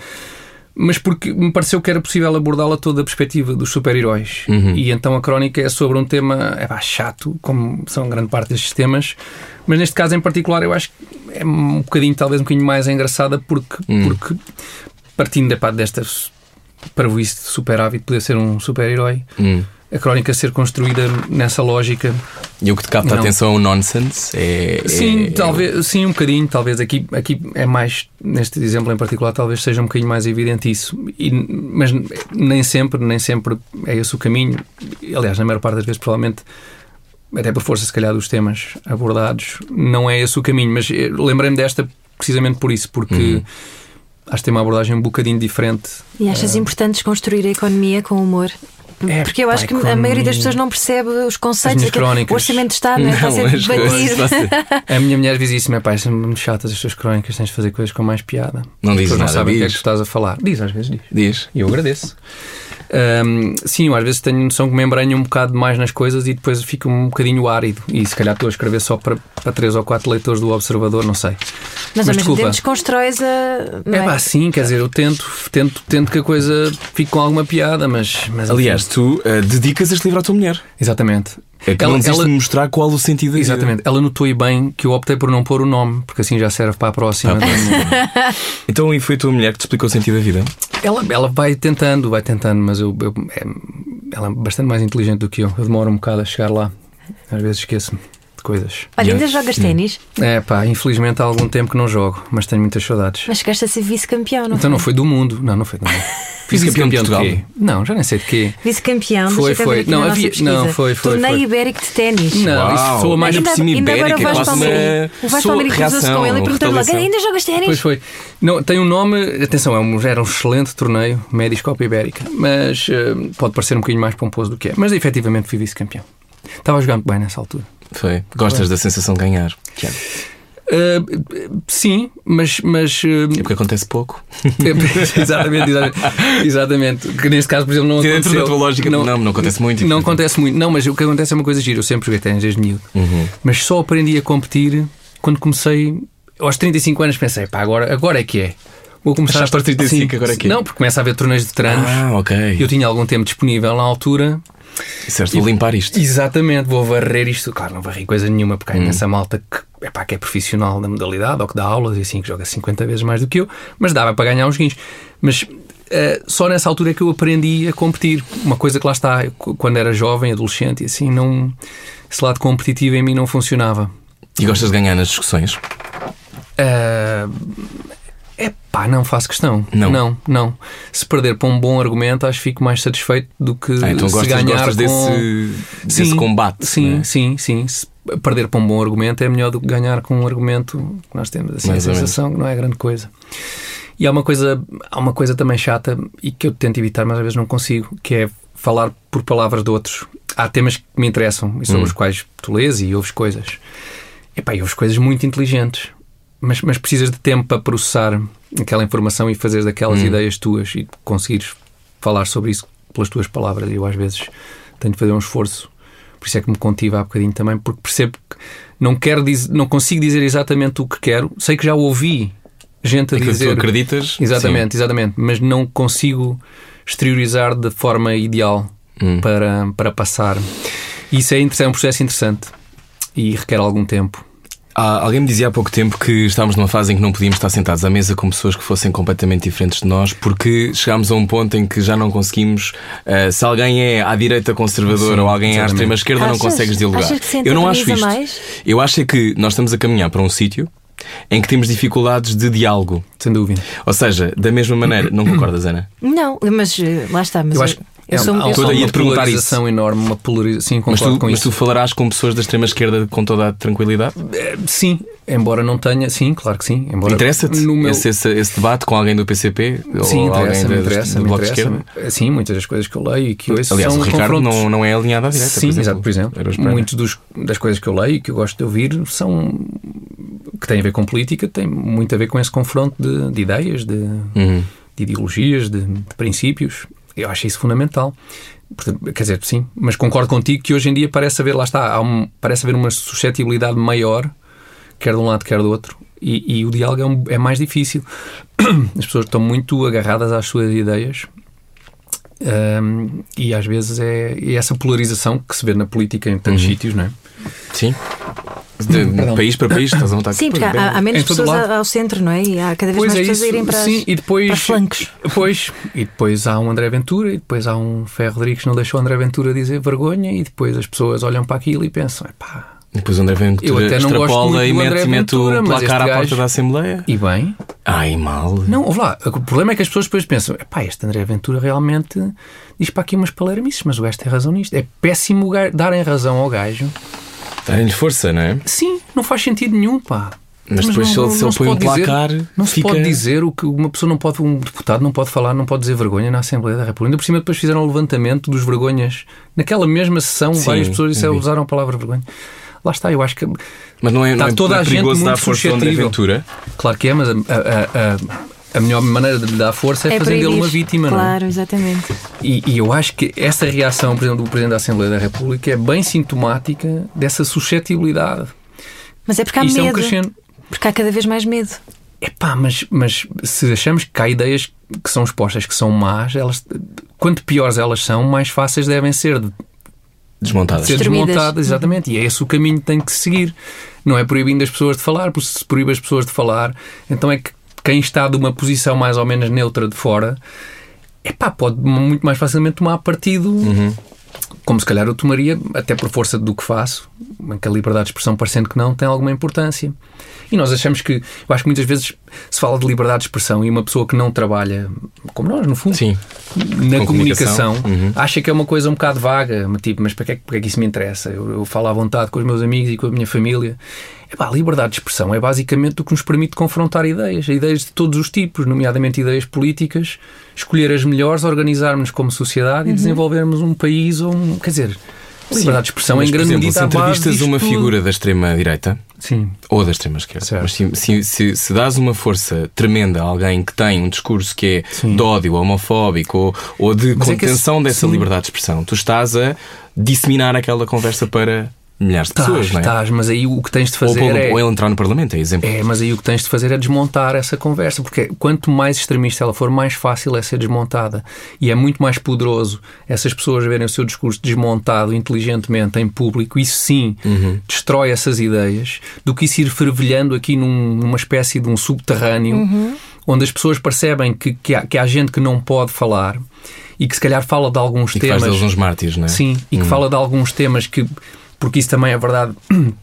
S5: mas porque me pareceu que era possível abordá-la toda a perspectiva dos super-heróis. E então a crónica é sobre um tema é pá, chato, como são grande parte destes temas, mas neste caso em particular eu acho que é um bocadinho, talvez um bocadinho mais engraçada, porque, porque partindo epá, desta parvoíce de superávit, poder ser um super-herói.
S2: Hum.
S5: A crónica ser construída nessa lógica
S2: E o que te capta a
S5: Não.
S2: atenção é o nonsense. É,
S5: Sim,
S2: é-
S5: talvez, sim, um bocadinho, talvez aqui, aqui é mais, neste exemplo em particular, talvez seja um bocadinho mais evidente isso. E- mas nem sempre, nem sempre é esse o caminho. Aliás, na maior parte das vezes, provavelmente, até por força, se calhar, dos temas abordados, não é esse o caminho. Mas eh, lembrei-me desta precisamente por isso, porque acho que tem uma abordagem um bocadinho diferente.
S3: E achas importante desconstruir a economia com humor?
S5: É,
S3: Porque eu
S5: pá,
S3: acho que a
S5: economia.
S3: maioria das pessoas não percebe os conceitos.
S5: minhas
S3: aquele-
S5: crónicas.
S3: O orçamento de Estado não, é? está
S2: Não,
S3: sempre
S2: as coisas-
S3: debatido.
S5: A minha mulher diz isso, meu pai, são muito chatas as tuas crónicas, tens de fazer coisas com mais piada.
S2: Não diz
S5: As pessoas
S2: nada,
S5: não sabem o que é que
S2: diz.
S5: tu estás a falar. Diz, às vezes diz.
S2: Diz.
S5: E eu agradeço. Ahm, sim, eu às vezes tenho noção que me embranho um bocado mais nas coisas e depois fica um bocadinho árido. E se calhar estou a escrever só para, para três ou quatro leitores do Observador, não sei.
S3: Mas ao mesmo
S5: desculpa.
S3: tempo desconstróis a. não
S5: É pá, sim, quer dizer, eu tento, tento, tento que a coisa fique com alguma piada, mas. mas
S2: Aliás, tu ah, dedicas este livro à tua mulher.
S5: Exatamente.
S2: É que
S5: Ela-
S2: não desiste
S5: ela-
S2: de me mostrar qual o sentido da vida.
S5: Exatamente. Ela notou e bem que eu optei por não pôr o nome, porque assim já serve para a próxima.
S2: Para a Então, e foi a tua mulher que te explicou o sentido da vida?
S5: Ela, ela vai tentando, vai tentando, mas eu, eu- é- ela é bastante mais inteligente do que eu. Eu demoro um bocado a chegar lá. Às vezes esqueço-me de coisas.
S3: Olha, ainda jogas ténis,
S5: É pá, infelizmente há algum tempo que não jogo, mas tenho muitas saudades.
S3: mas chegaste a ser vice-campeão, não
S5: então não
S3: foi?
S5: foi do mundo. Não, não foi do mundo. Fiz
S2: Vice-campeão de
S5: quê? Não, já nem sei de quê.
S3: Vice-campeão,
S5: Foi,
S3: deixa eu
S5: foi.
S3: ver aqui
S5: Não,
S3: na nossa
S5: havia-
S3: pesquisa.
S5: não, foi, foi,
S3: Torneio
S5: foi.
S3: ibérico de ténis.
S5: Não, isso
S2: Uau.
S5: soa mais.
S2: Ainda-
S5: Ainda...
S2: por cima
S3: ainda agora
S2: ibérica,
S3: vais para o
S2: quase uma
S3: América. O vais para o
S2: sua
S3: América cruzou-se com
S2: reação,
S3: ele e perguntou-lhe logo:
S2: retaliação.
S3: ainda jogas ténis?
S5: Pois foi. Não, tem um nome, atenção, é um, era um excelente torneio, Médis Copa Ibérica, mas eh, pode parecer um bocadinho mais pomposo do que é. Mas efetivamente fui vice-campeão. Estava a jogar muito bem nessa altura.
S2: Foi. Gostas da sensação de ganhar? Tiago?
S5: Eh, sim, mas. mas eh,
S2: É porque acontece pouco.
S5: exatamente, exatamente, exatamente. Que neste caso, por exemplo, não
S2: Dentro
S5: aconteceu.
S2: da tua lógica, não, não acontece muito.
S5: Não acontece muito. Não, mas o que acontece é uma coisa gira. Eu sempre joguei ténis desde miúdo.
S2: Uhum.
S5: Mas só aprendi a competir quando comecei... Aos 35 anos pensei, pá, agora, agora é que é. Vou começar
S2: Achaste
S5: Sim.
S2: 35, agora aqui.
S5: Não, porque começa a haver torneios de veteranos.
S2: Ah,
S5: Eu
S2: ok.
S5: tinha algum tempo disponível na altura.
S2: Certo, vou limpar isto.
S5: Exatamente, vou varrer isto. Claro, não varri coisa nenhuma, porque há
S2: Hum.
S5: imensa malta que, epá, que é profissional na modalidade ou que dá aulas e assim, que joga 50 vezes mais do que eu, mas dava para ganhar uns guinhos. Mas eh, só nessa altura é que eu aprendi a competir. Uma coisa que lá está, eu, c- quando era jovem, adolescente e assim, não, esse lado competitivo em mim não funcionava.
S2: E gostas de ganhar nas discussões?
S5: É epá, não faço questão.
S2: Não.
S5: não. não. Se perder para um bom argumento, acho que fico mais satisfeito do que
S2: Ah, então
S5: se
S2: gostas,
S5: ganhar
S2: gostas
S5: com-
S2: desse, desse combate.
S5: Sim,
S2: não é?
S5: sim, sim. Se perder para um bom argumento é melhor do que ganhar com um argumento que nós temos assim,
S2: Mais
S5: a
S2: ou
S5: sensação que não é grande coisa. E há uma coisa, há uma coisa também chata e que eu tento evitar, mas às vezes não consigo, que é falar por palavras de outros. Há temas que me interessam e sobre os quais tu lês e ouves coisas. Epá, e ouves coisas muito inteligentes, mas, mas precisas de tempo para processar aquela informação e fazer daquelas ideias tuas e conseguires falar sobre isso pelas tuas palavras. Eu às vezes tenho de fazer um esforço por isso é que me contive há bocadinho também, porque percebo que não, quero diz- não consigo dizer exatamente o que quero. Sei que já ouvi gente a
S2: Aquilo É que tu
S5: dizer.
S2: acreditas,
S5: Exatamente, exatamente. Mas não consigo exteriorizar da forma ideal
S2: Hum.
S5: para, para passar. E isso é, inter- é um processo interessante e requer algum tempo.
S2: Há- alguém me dizia há pouco tempo que estávamos numa fase em que não podíamos estar sentados à mesa com pessoas que fossem completamente diferentes de nós, porque chegámos a um ponto em que já não conseguimos. ah, se alguém é à direita conservadora
S5: Sim,
S2: ou alguém é à
S5: exatamente.
S2: extrema esquerda, não
S3: Achas?
S2: consegues dialogar.
S3: Achas que se
S2: Eu não acho
S3: antagoniza
S2: isto.
S3: mais?
S2: Eu acho é que nós estamos a caminhar para um sítio em que temos dificuldades de diálogo.
S5: Sem dúvida.
S2: Ou seja, da mesma maneira. Não concordas, Ana?
S3: Não, mas eh, lá está. Mas
S5: Eu acho um que é
S3: eu sou, um
S5: há
S3: eu sou-
S2: Toda- ia
S5: uma
S2: te perguntar isso.
S5: polarização enorme, uma polarização. Sim,
S2: Mas
S5: concordo
S2: tu,
S5: com
S2: mas
S5: isso.
S2: tu falarás com pessoas da extrema esquerda com toda a tranquilidade?
S5: Eh, Sim, embora não tenha. Sim, claro que sim. Embora
S2: Interessa-te
S5: no meu-
S2: esse, esse- esse debate com alguém do PCP?
S5: Sim,
S2: ou alguém
S5: interessa-me,
S2: da- do
S5: interessa-me,
S2: Bloco de
S5: interessa-me.
S2: Esquerda?
S5: Sim, muitas das coisas que eu leio e que ouço
S2: Aliás,
S5: são
S2: o Ricardo
S5: confrontos.
S2: não, não é alinhado à direita.
S5: Sim,
S2: por exemplo.
S5: exato, por
S2: Era o
S5: exemplo.
S2: Espreira.
S5: Muitos dos, das coisas que eu leio e que eu gosto de ouvir são. que têm a ver com política, têm muito a ver com esse confronto de, de ideias, de,
S2: Uhum.
S5: de ideologias, de, de princípios. Eu acho isso fundamental. Portanto, quer dizer, sim, mas concordo contigo que hoje em dia parece haver, lá está, há um- parece haver uma suscetibilidade maior, quer de um lado, quer do outro, e, e o diálogo é, um- é mais difícil. As pessoas estão muito agarradas às suas ideias hum, e às vezes é, é essa polarização que se vê na política em tantos sítios, não é?
S2: Sim. De país para país, estás a vontade
S3: Sim, porque há, há menos
S5: Em todo
S3: pessoas
S5: lado.
S3: a- ao centro, não é? E há cada vez mais pessoas a irem para, as-
S5: sim, e depois,
S3: para flancos.
S5: Pois, e depois há um André Ventura, e depois há um Ferro Rodrigues que não deixou o André Ventura dizer vergonha, e depois as pessoas olham para aquilo e pensam, epá,
S2: Depois o André
S5: Eu
S2: Ventura
S5: até não gosto
S2: extrapola
S5: muito
S2: e
S5: do
S2: mete,
S5: André
S2: mete
S5: Ventura,
S2: o
S5: mas
S2: placar à
S5: este
S2: porta
S5: gajo-
S2: da Assembleia.
S5: e bem?
S2: Ai, mal.
S5: Não, ouve lá, o problema é que as pessoas depois pensam, epá, este André Ventura realmente diz para aqui umas palermices, mas o gajo tem razão nisto. É péssimo o gajo- darem razão ao gajo.
S2: Dá-lhe força, não é?
S5: Sim, não faz sentido nenhum, pá.
S2: Mas depois se ele- se ele
S5: se
S2: põe um
S5: pode dizer-
S2: placar,
S5: não
S2: fica-
S5: se pode dizer o que uma pessoa não pode, um deputado não pode falar, não pode dizer vergonha na Assembleia da República. Ainda por cima depois fizeram o levantamento dos vergonhas. Naquela mesma sessão,
S2: Sim,
S5: várias pessoas disseram,
S2: eu vi.
S5: usaram a palavra vergonha. Lá está, eu acho que.
S2: Mas não é,
S5: Está
S2: não é,
S5: Tá toda
S2: não é
S5: a gente
S2: perigoso dar
S5: muito
S2: força ao André
S5: suscetível.
S2: Ventura.
S5: Claro que é, mas a, a- a- a- a melhor maneira de lhe dar força é, fazer dele
S3: proibir.
S5: uma vítima, não é?
S3: Claro, exatamente.
S5: E, e eu acho que essa reação, por exemplo, do Presidente da Assembleia da República é bem sintomática dessa suscetibilidade.
S3: Mas é porque há
S5: Isto é um
S3: medo.
S5: crescendo.
S3: porque há cada vez mais medo.
S5: Epá, mas, mas se achamos que há ideias que são expostas que são más, elas, quanto piores elas são, mais fáceis devem ser de
S2: Desmontadas.
S5: ser
S3: Destruídas.
S5: desmontadas. Exatamente. E é esse o caminho que tem que se seguir. Não é proibindo as pessoas de falar, porque se proíbe as pessoas de falar, então é que quem está de uma posição mais ou menos neutra de fora, epá, pode muito mais facilmente tomar partido.
S2: Uhum.
S5: Como se calhar eu tomaria, até por força do que faço, em que a liberdade de expressão, parecendo que não, tem alguma importância. E nós achamos que, eu acho que muitas vezes se fala de liberdade de expressão e uma pessoa que não trabalha, como nós, no fundo,
S2: Sim.
S5: na
S2: Com
S5: comunicação,
S2: comunicação. uhum.
S5: acha que é uma coisa um bocado vaga, mas tipo, mas para que, é que- para que é que isso me interessa? Eu, eu falo à vontade com os meus amigos e com a minha família. Epá, a liberdade de expressão é basicamente o que nos permite confrontar ideias, ideias de todos os tipos, nomeadamente ideias políticas, escolher as melhores, organizarmos como sociedade e desenvolvermos um país ou um. Quer dizer, a liberdade de expressão
S2: Mas,
S5: é em grande
S2: por exemplo,
S5: medida
S2: se
S5: a base
S2: entrevistas
S5: disto
S2: uma
S5: tudo.
S2: figura da extrema-direita,
S5: Sim,
S2: ou da extrema esquerda.
S5: Certo.
S2: Mas se, se, se, se dás uma força tremenda a alguém que tem um discurso que é de ódio homofóbico ou, ou de
S5: Mas é que
S2: contenção
S5: esse-
S2: dessa
S5: sim.
S2: liberdade de expressão, tu estás a disseminar aquela conversa para milhares de pessoas,
S5: Estás,
S2: não é?
S5: estás, mas aí o que tens de
S2: Ou,
S5: fazer
S2: pô-
S5: é.
S2: ou ele entrar no Parlamento, é exemplo.
S5: É, mas aí o que tens de fazer é desmontar essa conversa, porque quanto mais extremista ela for, mais fácil é ser desmontada. E é muito mais poderoso essas pessoas verem o seu discurso desmontado inteligentemente em público, isso sim
S2: Uhum.
S5: destrói essas ideias, do que isso ir fervilhando aqui num- numa espécie de um subterrâneo, onde as pessoas percebem que, que, há, que há gente que não pode falar e que se calhar fala de alguns
S2: e que
S5: temas.
S2: faz deles uns mártires, não é?
S5: Sim, e que fala de alguns temas que, porque isso também é verdade,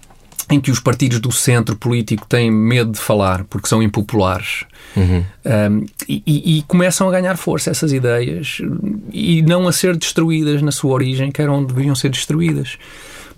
S5: em que os partidos do centro político têm medo de falar porque são impopulares.
S2: Uhum.
S5: Um, e, e- e começam a ganhar força essas ideias e não a ser destruídas na sua origem, que era onde deviam ser destruídas.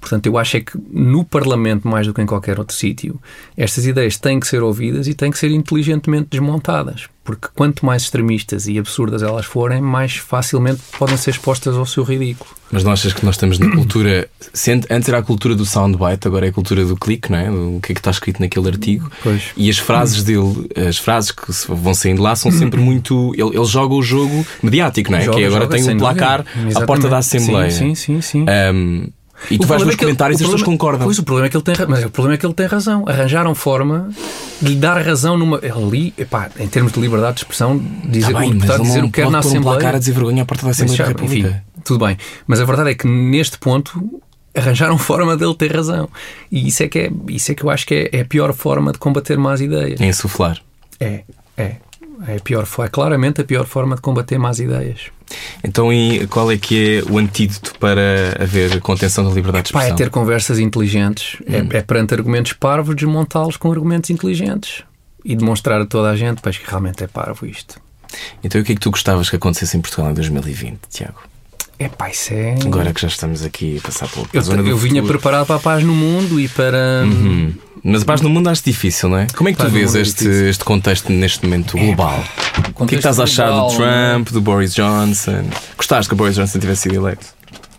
S5: Portanto, eu acho é que no Parlamento, mais do que em qualquer outro sítio, estas ideias têm que ser ouvidas e têm que ser inteligentemente desmontadas. Porque quanto mais extremistas e absurdas elas forem, mais facilmente podem ser expostas ao seu ridículo.
S2: Mas não achas que nós estamos na cultura. se ant- Antes era a cultura do soundbite, agora é a cultura do clique, não é? Do que é que está escrito naquele artigo.
S5: Pois.
S2: E as frases dele, as frases que se- vão saindo lá são sempre muito. Ele, ele joga o jogo mediático, não é?
S5: Joga,
S2: que é agora
S5: joga,
S2: tem
S5: sem
S2: um
S5: dúvida.
S2: placar à
S5: Exatamente.
S2: porta da Assembleia.
S5: Sim, sim, sim. sim.
S2: Um, e tu
S5: O
S2: vais
S5: problema
S2: nos
S5: é que ele-
S2: comentários e
S5: o
S2: as pessoas
S5: problema-
S2: concordam.
S5: Pois o problema é que ele tem ra- mas o problema é que ele tem razão. Arranjaram forma de lhe dar razão numa ele ali, epá, em termos de liberdade de expressão, dizer,
S2: Está
S5: o
S2: Tá bem, mas
S5: deputado
S2: ele
S5: dizer
S2: não
S5: o que quer
S2: pode
S5: na
S2: pôr um placar a
S5: Assembleia.
S2: dizer vergonha à porta da Assembleia
S5: Mas
S2: da
S5: já- enfim,
S2: República.
S5: tudo bem. Mas a verdade é que neste ponto arranjaram forma dele ter razão. E isso é que é, isso é que eu acho que é, é a pior forma de combater más ideias.
S2: É insuflar.
S5: É, é. É, a pior, fo- é claramente a pior forma de combater más ideias.
S2: Então, e qual é que é o antídoto para haver contenção da liberdade de
S5: Pá, é
S2: expressão? Hum.
S5: ter conversas inteligentes. É, é perante argumentos parvos desmontá-los com argumentos inteligentes. E demonstrar a toda a gente pois, que realmente é parvo isto.
S2: Então, e o que é que tu gostavas que acontecesse em Portugal em 2020, Tiago?
S5: É pá, isso é.
S2: Agora que já estamos aqui a passar pela
S5: eu,
S2: zona do
S5: eu vinha
S2: futuro.
S5: preparado para a paz no mundo e para.
S2: Hum. Mas a paz no mundo acho difícil, não é? Como é que tu
S5: Paz no
S2: vês
S5: mundo é
S2: este,
S5: difícil. É,
S2: este contexto neste momento global? O que é que estás a achar do Trump, do Boris Johnson? Gostaste que o Boris Johnson tivesse sido eleito?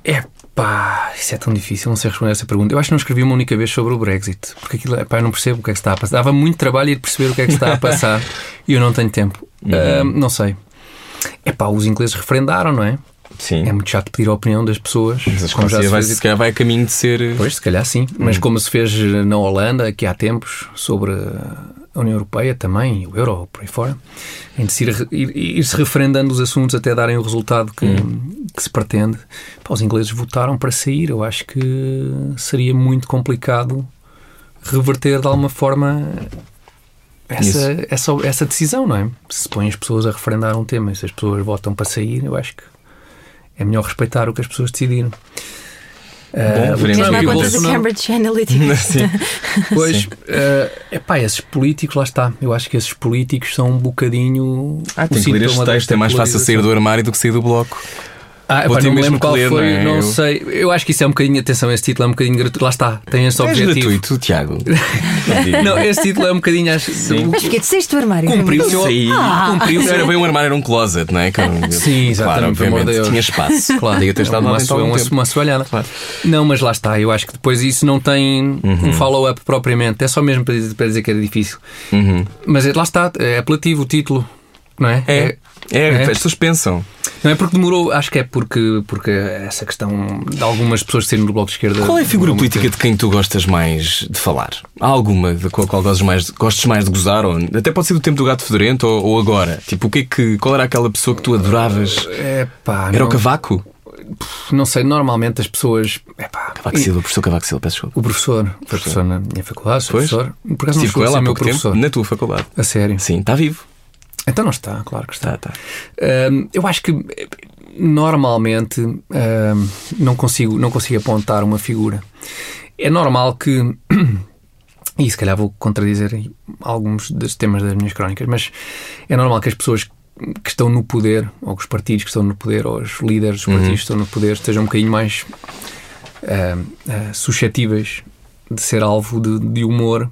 S5: É pá, isso é tão difícil, não sei responder essa pergunta. Eu acho que não escrevi uma única vez sobre o Brexit, porque aquilo, epá, eu não percebo o que é que se está a passar. Dava muito trabalho ir perceber o que é que se está a passar e eu não tenho tempo.
S2: Uhum.
S5: Ah, não sei. É pá, os ingleses referendaram, não é?
S2: Sim.
S5: É muito chato pedir a opinião das pessoas.
S2: Mas a
S5: como já
S2: Escócia
S5: se
S2: vai,
S5: fez
S2: se calhar Hum. vai a caminho de ser.
S5: Pois, se calhar sim. Mas como se fez eh, na Holanda, que há tempos, sobre a União Europeia também, e o euro, por aí fora, em de se ir, ir- ir-se referendando os assuntos até darem o resultado que,
S2: Hum.
S5: que se pretende. Pá, os ingleses votaram para sair. Eu acho que seria muito complicado reverter de alguma forma essa, essa, essa decisão, não é? Se põem as pessoas a referendar um tema e se as pessoas votam para sair, eu acho que é melhor respeitar o que as pessoas decidiram. Ah,
S2: Bom, veremos
S3: Mesmo
S2: o que
S3: à conta
S2: acontece.
S3: do
S5: Bolsonaro-
S3: Cambridge Analytica.
S2: Sim.
S5: Pois, é epá, esses políticos, lá está. Eu acho que esses políticos são um bocadinho.
S2: Ah,
S5: o
S2: tem que ler este
S5: sintoma
S2: texto,
S5: desta
S2: é mais fácil sair do armário do que sair do bloco.
S5: polarização. Ah,
S2: Vou
S5: epá,
S2: ter
S5: não me
S2: mesmo
S5: lembro
S2: que
S5: qual
S2: ler,
S5: foi,
S2: não é?
S5: não
S2: Eu-
S5: sei. Eu acho que isso é um bocadinho, atenção, esse título é um bocadinho gratuito. Lá está, tem esse
S2: És
S5: objetivo.
S2: é gratuito, Tiago.
S5: Não, esse título é um bocadinho. Acho,
S3: Mas porque disseste o armário? é?
S5: Cumpriu o
S3: Foi
S5: seu.
S2: Sim.
S5: Cumpriu o
S2: Não
S5: seu.
S2: era bem um armário, era um closet, não é? Que era um-
S5: Sim,
S2: Claro,
S5: exatamente, pelo amor de
S2: obviamente.
S5: Deus.
S2: Tinha espaço.
S5: Claro,
S2: Diga, tens estado lá
S5: uma,
S2: dentro há
S5: sua-
S2: É algum
S5: uma,
S2: tempo.
S5: uma soalhada.
S2: Claro.
S5: Não, mas lá está. Eu acho que depois isso não tem
S2: Uhum.
S5: um follow-up propriamente. É só mesmo para dizer, para dizer que era difícil. Mas é- lá está, é apelativo o título, não é?
S2: Uhum. É. É,
S5: É.
S2: as pessoas pensam.
S5: Não é porque demorou, acho que é porque, porque essa questão de algumas pessoas serem do Bloco de Esquerda.
S2: Qual é a figura
S5: demorou muito
S2: política de quem tu gostas mais de falar? Há alguma da qual, qual gostes, mais, gostes mais de gozar? Ou, até pode ser do tempo do gato fedorento ou, ou agora. Tipo, o que é que, qual era aquela pessoa que tu adoravas?
S5: tempo. É pá,
S2: Era
S5: não,
S2: o Cavaco?
S5: não sei, normalmente as pessoas. É pá,
S2: Cavaco Silva, o professor Cavaco Silva, peço desculpa.
S5: O professor, foi professor na minha faculdade, sou
S2: Pois?
S5: professor. Por acaso não
S2: Estive com
S5: chegou a
S2: ele
S5: ser
S2: Tipo, há
S5: meu
S2: pouco
S5: professor.
S2: tempo na tua faculdade.
S5: A sério.
S2: Sim, está vivo. Tá,
S5: Então não está, claro que está.
S2: Está, está.
S5: Hum, eu acho que eh, normalmente hum, não, consigo, não consigo apontar uma figura. É normal que. E se calhar vou contradizer aí alguns dos temas das minhas crónicas, mas é normal que as pessoas que estão no poder, ou que os partidos que estão no poder, ou os líderes dos partidos que estão no poder, estejam um bocadinho mais ah, ah, suscetíveis de ser alvo de, de humor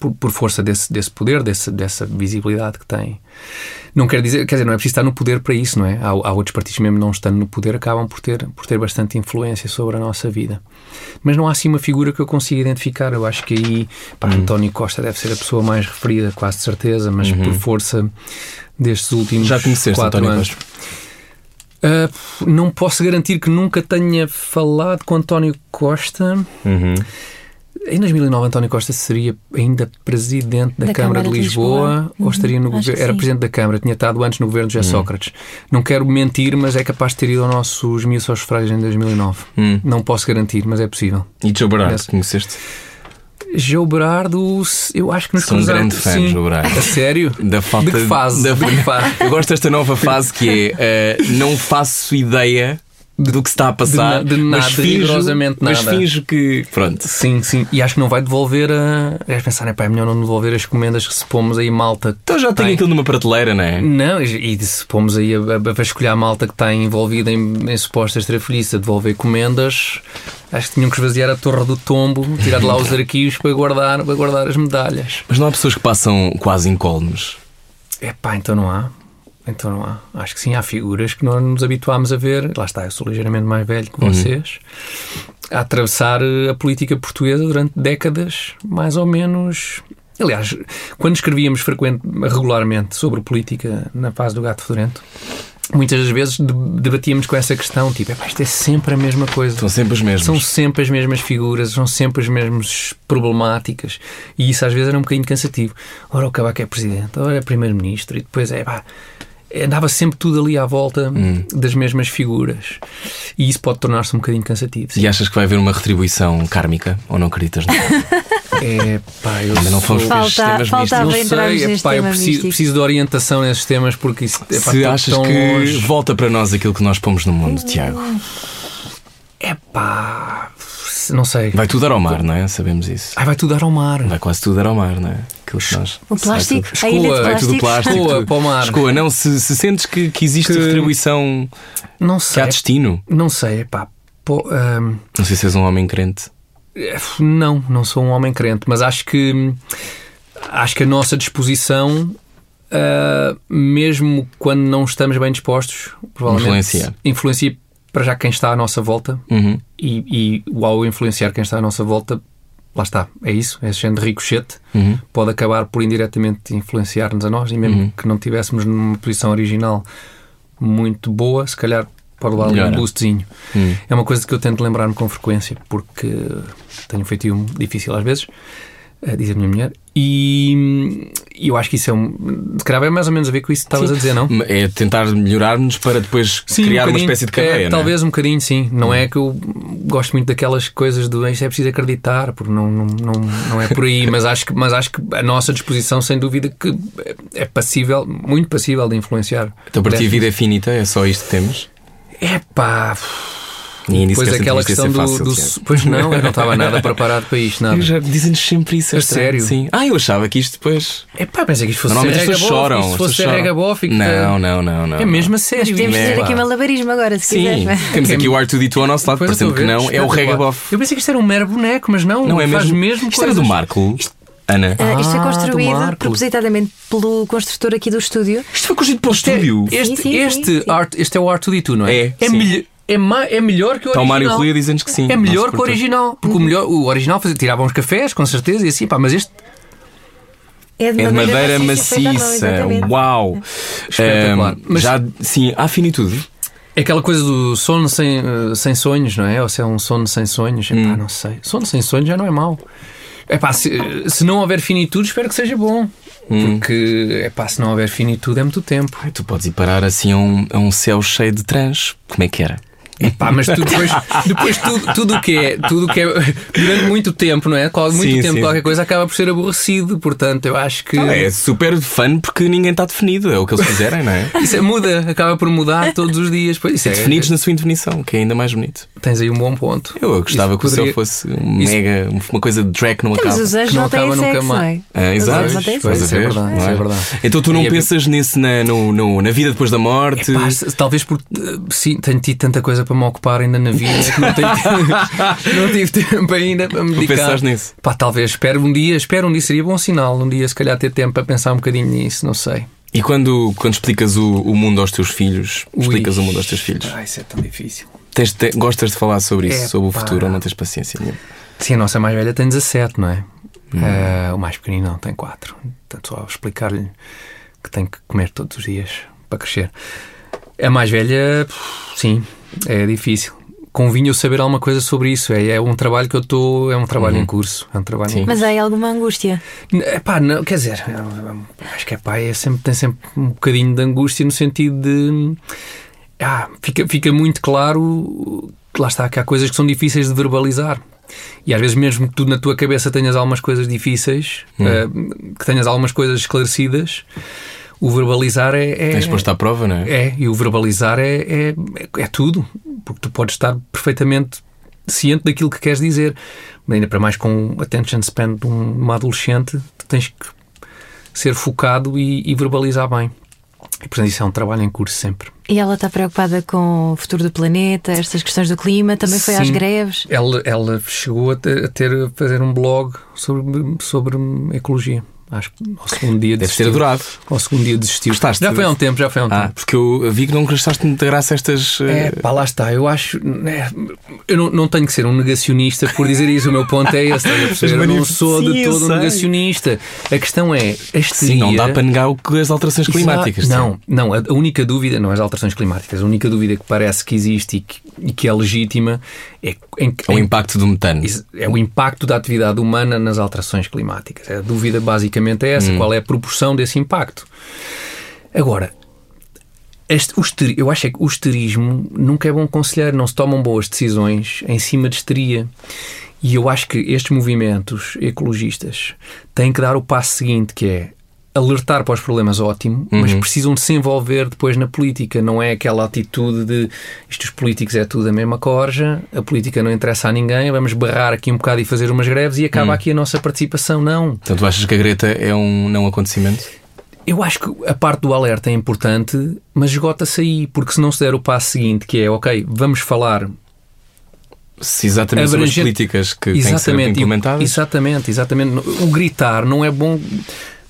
S5: por, por força desse, desse poder, desse- dessa visibilidade que têm. Não quer dizer, quer dizer, não é preciso estar no poder para isso, não é? Há, há outros partidos mesmo não estando no poder acabam por ter, por ter bastante influência sobre a nossa vida. Mas não há assim uma figura que eu consiga identificar. Eu acho que aí, pá,
S2: Hum.
S5: António Costa deve ser a pessoa mais referida, quase de certeza, mas por força destes últimos
S2: Uhum. Já conheceste
S5: quatro
S2: António
S5: anos.
S2: Costa?
S5: Ah, não posso garantir que nunca tenha falado com António Costa.
S2: Uhum.
S5: Em 2009, António Costa seria ainda presidente da,
S3: Da
S5: Câmara, de Lisboa, Uhum. ou estaria no
S3: acho
S5: governo.
S3: que
S5: Era
S3: sim.
S5: presidente da Câmara, tinha estado antes no governo de José
S2: Uhum.
S5: Sócrates. Não quero mentir, mas é capaz de ter ido ao nosso Miúdos aos Frais em 2009.
S2: Uhum.
S5: Não posso garantir, mas é possível.
S2: E Joe Barardo,
S5: Yes.
S2: conheceste?
S5: Joe Berardo, eu acho que nos
S2: Sou um
S5: cruzamos.
S2: grande fã
S5: sim.
S2: de Joe Berardo.
S5: A sério?
S2: Da falta
S5: De que fase?
S2: da-
S5: De que fase?
S2: Eu gosto desta nova fase que é eh, não faço ideia do que se está a passar,
S5: na- de nada,
S2: mas, finjo,
S5: rigorosamente
S2: mas
S5: nada.
S2: finjo que. Pronto.
S5: Sim, sim. E acho que não vai devolver a. Vais pensar, é pá, é melhor não devolver as comendas que se pomos aí, malta.
S2: Então já tenho
S5: Tem.
S2: aquilo numa prateleira, não é?
S5: Não, e e se pomos aí a, a- a vasculhar a malta que está envolvida em, em suposta estrafolhice a devolver comendas, acho que tinham que esvaziar a Torre do Tombo, tirar de lá os arquivos para guardar, para guardar as medalhas.
S2: Mas não há pessoas que passam quase incólumes.
S5: É pá, então não há. Então não há. Acho que sim, há figuras que nós nos habituámos a ver. Lá está, eu sou ligeiramente mais velho que vocês. A atravessar eh, a política portuguesa durante décadas, mais ou menos. Aliás, quando escrevíamos frequente, regularmente sobre política na fase do Gato Fedorento, muitas das vezes de- debatíamos com essa questão: tipo, "Epá, isto é sempre a mesma coisa.
S2: São sempre os
S5: São
S2: mesmos.
S5: sempre as mesmas figuras, são sempre as mesmas problemáticas e isso às vezes era um bocadinho cansativo. Ora o Cavaco é presidente, ora é primeiro-ministro e depois é pá. Andava sempre tudo ali à volta
S2: Hum.
S5: das mesmas figuras e isso pode tornar-se um bocadinho cansativo. sim.
S2: E achas que vai haver uma retribuição kármica? Ou não acreditas? Não?
S5: É pá, eu
S2: Ainda não
S5: sou-
S2: fomos para esses
S3: Falta-
S2: temas
S3: falta
S5: Não
S2: místicos.
S3: Estava a entrarmos
S5: sei, é
S3: neste
S5: pá, eu
S3: tema
S5: preciso,
S3: místico.
S5: preciso de orientação nesses temas porque isso é pá,
S2: Se
S5: tô
S2: achas
S5: tão
S2: que
S5: longe. Hum.
S2: volta para nós aquilo que nós pomos no mundo, Tiago.
S5: É pá, não sei.
S2: Vai tudo dar ao mar, não é? Sabemos isso.
S5: Ai, vai tudo dar ao mar.
S2: Vai quase tudo dar ao mar, não é? Aquilo que
S5: um
S2: nós.
S3: O
S2: sai
S3: plástico,
S2: tudo.
S3: a ilha de
S5: Escoa,
S2: Vai tudo
S3: plástico.
S2: plástico.
S5: Escoa,
S2: tudo.
S5: para o mar.
S2: Escoa, não. Se, se sentes que, que existe
S5: Que-
S2: retribuição,
S5: Não
S2: que
S5: sei.
S2: há destino.
S5: Não sei, é pá. Pô, hum,
S2: Não sei se és um homem crente.
S5: Não, não sou um homem crente, mas acho que acho que a nossa disposição, ah, mesmo quando não estamos bem dispostos, provavelmente
S2: Influencia.
S5: influencia para já quem está à nossa volta
S2: Uhum.
S5: e, e ao influenciar quem está à nossa volta, lá está, é isso, é esse género de ricochete, pode acabar por indiretamente influenciar-nos a nós e mesmo que não estivéssemos numa posição original muito boa, se calhar pode dar ali um
S2: Melhora.
S5: boostzinho. É uma coisa que eu tento lembrar-me com frequência, porque tenho feito um difícil às vezes, eh, diz a minha mulher, e hum, eu acho que isso é um. Se calhar vai mais ou menos a ver com isso que estavas a dizer, não?
S2: É tentar melhorar-nos para depois
S5: Sim,
S2: criar
S5: um
S2: uma
S5: bocadinho.
S2: espécie de cadeia.
S5: É,
S2: não é? Hum.
S5: Talvez um bocadinho, sim. Não é que eu gosto muito daquelas coisas do isto é preciso acreditar, porque não, não, não, não é por aí, mas, acho que, mas acho que a nossa disposição, sem dúvida, que é passível, muito passível de influenciar.
S2: Então, para ti, a
S5: Deve-
S2: vida é finita, é só isto que temos.
S5: É pá,
S2: E ainda
S5: pois
S2: isso que esta
S5: aquela
S2: entrevista
S5: questão do.
S2: ia ser fácil,
S5: do-
S2: Tiago.
S5: pois não, eu não estava nada preparado para isto, nada.
S2: Eu já- Dizem-nos sempre isso.
S5: A
S2: estranho.
S5: sério?
S2: Sim. Ah, eu achava que isto depois.
S5: É pá, pensei que isto fosse
S2: Normalmente as
S5: ser
S2: pessoas choram.
S5: Se
S2: as
S5: fosse
S2: pessoas
S5: ser
S2: choram.
S5: regabófico.
S2: Não, não, não, não.
S5: É mesmo a sério.
S3: Podemos
S5: isto,
S3: fazer
S5: pá.
S3: aqui malabarismo agora, se
S2: Sim,
S3: quiser. é?
S2: temos aqui o R2D2 ao nosso lado,
S5: Pois,
S2: parecendo que
S5: estou a ver.
S2: não. É o Regaboff.
S5: Eu pensei que isto era um mero boneco, mas não.
S2: Não é
S5: faz
S2: mesmo?
S5: mesmo
S2: isto era do
S5: coisas.
S2: Marco, Ana.
S3: Ah, isto
S5: Ah,
S3: é
S5: do
S3: construído
S5: Marco.
S3: propositadamente pelo construtor aqui do estúdio.
S2: Isto foi cogido para o
S5: Este-
S2: estúdio.
S5: Este,
S3: Sim, sim,
S5: este,
S3: sim, sim.
S5: Art, este é o R2D2, não é?
S2: É,
S5: é,
S2: sim.
S5: melho- é, ma- é melhor que o
S2: Está o
S5: original.
S2: Mário Rolia dizendo que sim.
S5: É melhor
S2: Nosso
S5: que o
S2: produtor.
S5: original. Porque o, melhor, o original fazia, tirava uns cafés, com certeza, e assim, pá, mas este.
S3: É
S2: É de madeira
S3: feita à mão,
S5: é um
S2: maciça.
S3: exatamente.
S2: Uau!
S5: Espetacular.
S2: Ahm,
S5: Mas-
S2: já, sim, há finitude.
S5: É aquela coisa do sono sem, eh, sem sonhos, não é? Ou se é um sono sem sonhos, é
S2: Hum.
S5: pá, não sei. Sono sem sonhos já não é mau. É pá, se, se não houver finitude, espero que seja bom.
S2: Hum.
S5: Porque, é pá, se não houver finitude é muito tempo.
S2: Ai, tu podes ir parar assim a um, a um céu cheio de trans. Como é que era?
S5: Pá, mas tu depois, depois tudo, tudo o que é, tudo o que é durante muito tempo, não é? Qual- Muito
S2: Sim,
S5: tempo
S2: sim.
S5: qualquer coisa acaba por ser aborrecido, portanto, eu acho que
S3: Ah,
S2: É super fun porque ninguém está definido. É o que eles quiserem, não é?
S5: isso é- muda, acaba por mudar todos os dias. Pois, isso é,
S2: Definidos na sua indefinição, que é ainda mais bonito.
S5: Tens aí um bom ponto.
S2: Eu gostava
S5: Isso
S2: que o céu
S5: poderia-
S2: fosse um
S5: isso-
S2: mega, uma coisa de drag que não
S3: Então, Mas
S2: acaba.
S3: os anjos
S5: que não
S3: não têm
S5: acaba nunca
S3: sexo, não é?
S5: mais.
S2: Ah,
S3: Os
S2: exato,
S3: anjos não têm
S5: Pois,
S2: Estás a
S3: sexo.
S5: isso é
S2: ver?
S5: verdade,
S2: Não
S5: isso é verdade.
S2: Então tu não
S5: E a-
S2: pensas nisso na, no- no- na vida depois da morte?
S5: Pá, se- talvez porque eh, sim, tenho tido tanta coisa para me ocupar ainda na vida que não, tenho, não tive tempo ainda para me dedicar.
S2: pensares nisso?
S5: Pá, talvez, espero um dia, espero um dia, seria bom sinal, um dia se calhar ter tempo para pensar um bocadinho nisso, não sei.
S2: E quando, quando explicas o, o mundo aos teus filhos,
S5: Ui.
S2: explicas o mundo aos teus filhos,
S5: Ah, isso é tão difícil.
S2: tens, te- gostas de falar sobre isso,
S5: Epá.
S2: sobre o futuro, ou não tens paciência nenhuma?
S5: Sim, a nossa mais velha tem 17, não é? Eh, o mais pequenino não, tem 4. Portanto, só explicar-lhe que tem que comer todos os dias para crescer. A mais velha, pff, sim, é difícil. Convinha eu saber alguma coisa sobre isso. É, é um trabalho que eu estou. É um trabalho em curso. É um trabalho em
S2: Sim.
S3: Mas há aí alguma angústia.
S5: N- Epá, É não, quer dizer, eu- acho que é pá, é sempre, tem sempre um bocadinho de angústia no sentido de. Ah, fica, fica muito claro que lá está, que há coisas que são difíceis de verbalizar. E às vezes, mesmo que tu na tua cabeça tenhas algumas coisas difíceis, eh, que tenhas algumas coisas esclarecidas, o verbalizar é. é
S2: Tens posto à prova, não é?
S5: é, e o verbalizar é, é, é tudo, porque tu podes estar perfeitamente ciente daquilo que queres dizer, mas ainda para mais com o attention span de um- uma adolescente, tu tens que ser focado e, e verbalizar bem. E, portanto, isso é um trabalho em curso sempre.
S3: E ela está preocupada com o futuro do planeta, estas questões do clima, também foi às
S5: Sim.
S3: greves.
S5: Ela, ela chegou a ter, a ter- a fazer um blog sobre, sobre ecologia. Acho que ao segundo dia
S2: Deves ter
S5: desistiu.
S2: adorado.
S5: Ao segundo dia desistiu.
S2: Gostaste?
S5: Já foi há um tempo, já foi há um
S2: Ah,
S5: tempo.
S2: porque eu vi que não gostaste muito de graça estas.
S5: É,
S2: eh,
S5: pá, lá está. Eu acho. né, eu não, não tenho que ser um negacionista por dizer isso. O meu ponto é esse. estás a perceber? Eu não sou
S2: Sim,
S5: de
S2: eu
S5: todo um
S2: sei.
S5: negacionista. A questão é. Este
S2: Sim, não
S5: dia-
S2: dá para negar o que as alterações
S5: Isso dá-
S2: climáticas.
S5: Não, não. A a única dúvida. Não, as alterações climáticas. A única dúvida que parece que existe e que, e que é legítima é em que-
S2: É o
S5: em-
S2: impacto do metano.
S5: Ex- é o impacto da atividade humana nas alterações climáticas. A dúvida basicamente é essa: qual é a proporção desse impacto? Agora, este, o histeri- eu acho é que o esterismo nunca é bom conselheiro, não se tomam boas decisões em cima de histeria. E eu acho que estes movimentos ecologistas têm que dar o passo seguinte, que é alertar para os problemas, ótimo, mas precisam de se envolver depois na política. Não é aquela atitude de isto, os políticos é tudo a mesma corja, a política não interessa a ninguém, vamos barrar aqui um bocado e fazer umas greves e acaba aqui a nossa participação. Não.
S2: Portanto, Então, tu achas que a Greta é um não acontecimento?
S5: Eu acho que a parte do alerta é importante, mas esgota-se aí, porque se não se der o passo seguinte, que é, ok, vamos falar
S2: Se exatamente sobre as
S5: Abrangente-
S2: políticas que têm que ser
S5: exatamente, e-
S2: implementadas.
S5: exatamente, exatamente. O gritar não é bom.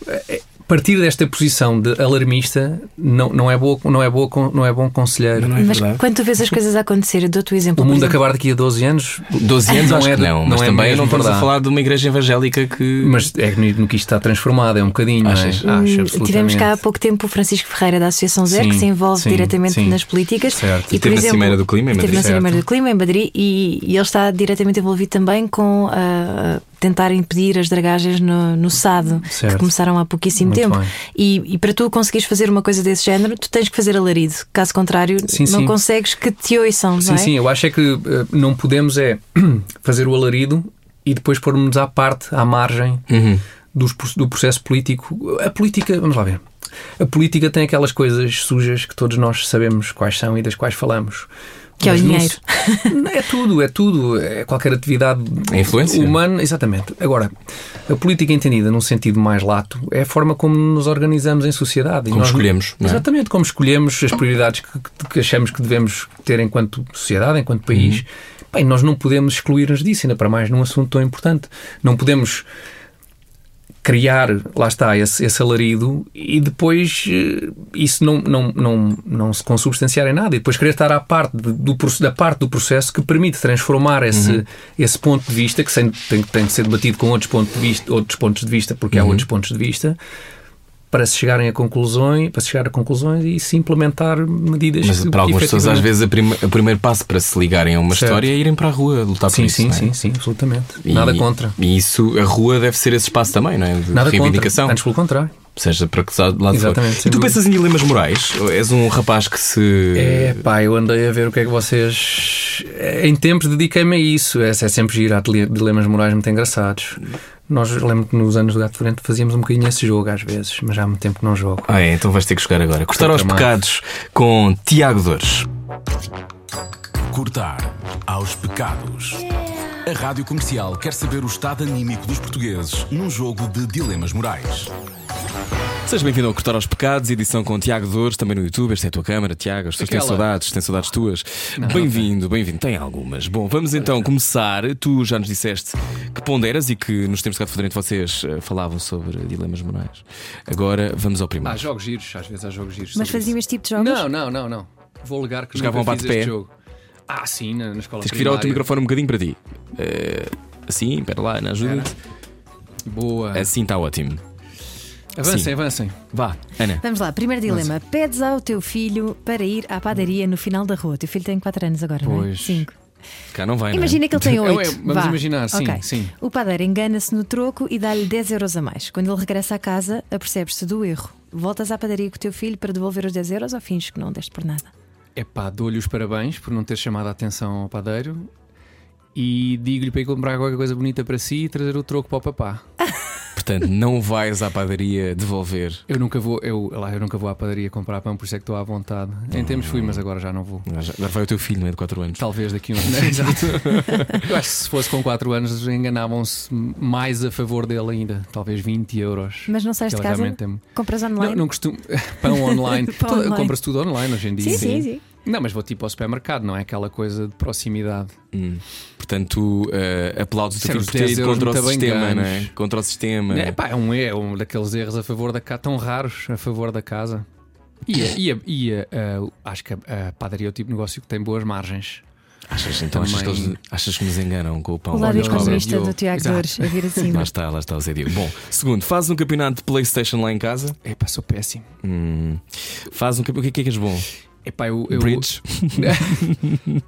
S5: é- Partir desta posição de alarmista não, não, é, boa, não, é, boa, con- não é bom conselheiro.
S2: Não é
S3: Mas
S2: verdade.
S3: quando tu vês as coisas a acontecer, eu dou-te o exemplo.
S5: O
S3: por
S5: mundo
S3: exemplo.
S5: acabar daqui a 12 anos,
S2: 12 anos
S5: Não
S2: acho
S5: é
S2: que
S5: de-
S2: não,
S5: não
S2: mas
S5: é
S2: também
S5: mesmo
S2: não estamos a
S5: verdade.
S2: falar de uma igreja evangélica que.
S5: mas é que no que isto está transformado, é um bocadinho. não é?
S2: Achas? Hum,
S5: Acho, absolutamente.
S3: Hum, Tivemos cá há pouco tempo o Francisco Ferreira da Associação Zero,
S5: Sim,
S3: que se envolve
S5: sim,
S3: diretamente
S5: sim.
S3: nas políticas.
S5: Certo.
S2: E teve na Cimeira do Clima em
S3: Teve
S2: Madrid,
S3: na Cimeira
S5: certo.
S3: do Clima em Madrid e, e ele está diretamente envolvido também com ah, tentar impedir as dragagens no, no Sado,
S5: Certo.
S3: que começaram há pouquíssimo
S5: Muito
S3: tempo.
S5: bem.
S3: E, e para tu conseguires fazer uma coisa desse género, tu tens que fazer alarido. Caso contrário,
S5: Sim,
S3: não
S5: sim.
S3: consegues que te ouçam,
S5: Sim,
S3: não é?
S5: sim, eu acho é que eh, não podemos é fazer o alarido e depois pormos à parte, à margem
S2: Uhum,
S5: dos pro- do processo político. A política, vamos lá ver. A política tem aquelas coisas sujas que todos nós sabemos quais são e das quais falamos.
S3: Que é o
S5: Mas não
S3: dinheiro.
S5: se- É tudo, é tudo. É qualquer atividade
S2: É A influência.
S5: humana. Exatamente. Agora, a política entendida num sentido mais lato é a forma como nos organizamos em sociedade. E
S2: Como
S5: nós-
S2: escolhemos, não é?
S5: Exatamente, como escolhemos as prioridades que, que- que achamos que devemos ter enquanto sociedade, enquanto país.
S2: Uhum.
S5: Bem, nós não podemos excluir-nos disso, ainda para mais num assunto tão importante. Não podemos criar, lá está, esse, esse alarido e depois eh, isso não, não, não, não se consubstanciar em nada. E depois querer estar à parte de- do, proce- da parte do processo que permite transformar esse,
S2: Uhum.
S5: esse ponto de vista, que sem- tem, tem que ser debatido com outros pontos de vista, outros pontos de vista porque
S2: Uhum.
S5: há outros pontos de vista, para se chegarem a conclusões, para se chegar a conclusões e se implementar medidas
S2: Mas
S5: que,
S2: para algumas pessoas, às
S5: efetivamente-
S2: vezes, a prime- o primeiro passo para se ligarem a uma
S5: Certo.
S2: história é irem para a rua lutar por
S5: Sim,
S2: isso.
S5: sim,
S2: não é?
S5: sim, sim, absolutamente.
S2: E-
S5: Nada contra.
S2: E isso, a rua deve ser esse espaço também, não é? De
S5: Nada
S2: reivindicação.
S5: contra. Antes pelo contrário.
S2: Seja para que lado lado for.
S5: Exatamente,
S2: E
S5: sem
S2: tu
S5: dúvida.
S2: pensas em dilemas morais? Ou És um rapaz que se.
S5: É, pá, eu andei a ver o que é que vocês. Em tempos dediquei-me a isso. É, é sempre giro, há dile- dilemas morais muito engraçados. Nós lembro que nos anos do Gato Frente fazíamos um bocadinho esse jogo às vezes, mas já há muito tempo que não jogo.
S2: Ah, é, então vais ter que jogar agora. Cortar aos
S5: tramado.
S2: pecados com Tiago Dores.
S4: Cortar aos pecados. A Rádio Comercial quer saber o estado anímico dos portugueses num jogo de dilemas morais.
S2: Seja bem-vindo ao Cortar aos Pecados, edição com Tiago Dores, também no YouTube. Esta é a tua câmara, Tiago. As pessoas têm
S5: Aquela.
S2: saudades, têm saudades tuas. Bem-vindo, bem-vindo. Tem algumas. Bom, vamos então começar. Tu já nos disseste que ponderas e que nos tempos de gato fedorento vocês eh, falavam sobre dilemas morais. Agora vamos ao primeiro.
S5: jogos giros, às vezes há jogos giros.
S3: Mas faziam este tipo de jogos?
S5: Não, não, não, não. Vou alegar que
S2: Jogavam nunca fiz bate-pé. este jogo.
S5: Ah, sim, na, escola
S2: Tens que virar o teu microfone um bocadinho para ti. Eh, assim, espera lá, Ana, ajuda-te.
S5: Boa.
S2: Assim está ótimo.
S5: Avancem,
S2: Sim.
S5: avancem.
S2: Vá, Ana.
S6: Vamos lá, primeiro dilema. Pedes ao teu filho para ir à padaria no final da rua. O teu filho tem 4 anos agora, não é?
S5: Pois.
S6: 5.
S2: Cá não vai, não é?
S6: Imagina que ele tem
S5: É,
S6: 8.
S5: é, vamos imaginar, sim, sim.
S6: O padeiro engana-se no troco e dá-lhe 10 euros a mais. Quando ele regressa à casa, apercebes-te do erro. Voltas à padaria com o teu filho para devolver os 10 euros ou finges que não deste por nada?
S5: É pá, dou-lhe os parabéns por não ter chamado a atenção ao padeiro e digo-lhe para ir comprar qualquer coisa bonita para si e trazer o troco para o papá.
S2: Portanto, não vais à padaria devolver.
S5: Eu nunca vou, eu, lá, eu nunca vou à padaria comprar pão, por isso é que estou à vontade. Em tempos fui, mas agora já não vou.
S2: Agora já- agora vai o teu filho, não é? De 4 anos.
S5: Talvez daqui a uns anos. Exato. Eu acho que se fosse com 4 anos enganavam-se mais a favor dele ainda. Talvez 20 euros.
S6: Mas não sais de
S5: Ele
S6: casa?
S5: realmente é-
S6: Compras
S5: Não,
S6: online?
S5: não costumo. Pão online.
S6: Pão
S5: Toda-
S6: online.
S5: Compra-se tudo online hoje em dia.
S6: Sim, sim, sim.
S5: Não, mas vou tipo ao supermercado, não é aquela coisa de proximidade.
S2: Hum. Portanto, tu eh, aplaudes o teu filho
S5: Sim, os
S2: por ter
S5: 10
S2: ido
S5: euros
S2: contra o
S5: muito bem
S2: sistema, não é?
S5: ganhos.
S2: Contra o sistema.
S5: É, pá, é um erro, um daqueles erros a favor da casa, tão raros a favor da casa. E, a- e, a- e a- a- acho que a, a padaria é o tipo de negócio que tem boas margens.
S2: Achas, então, achas, que
S5: Também-
S2: eles, achas que nos enganam com o pão?
S6: O lado
S2: Olha, cobram-
S6: economista
S5: Diogo.
S6: do Tiago
S5: Exato.
S6: Dores a vir assim.
S2: Lá está, lá está o Zé Diogo. Bom, segundo, faz um campeonato de Playstation lá em casa.
S5: É pá, sou péssimo.
S2: Hum. Faz um campeonato. O que é que és bom?
S5: É pá, eu. eu-
S2: Bridge,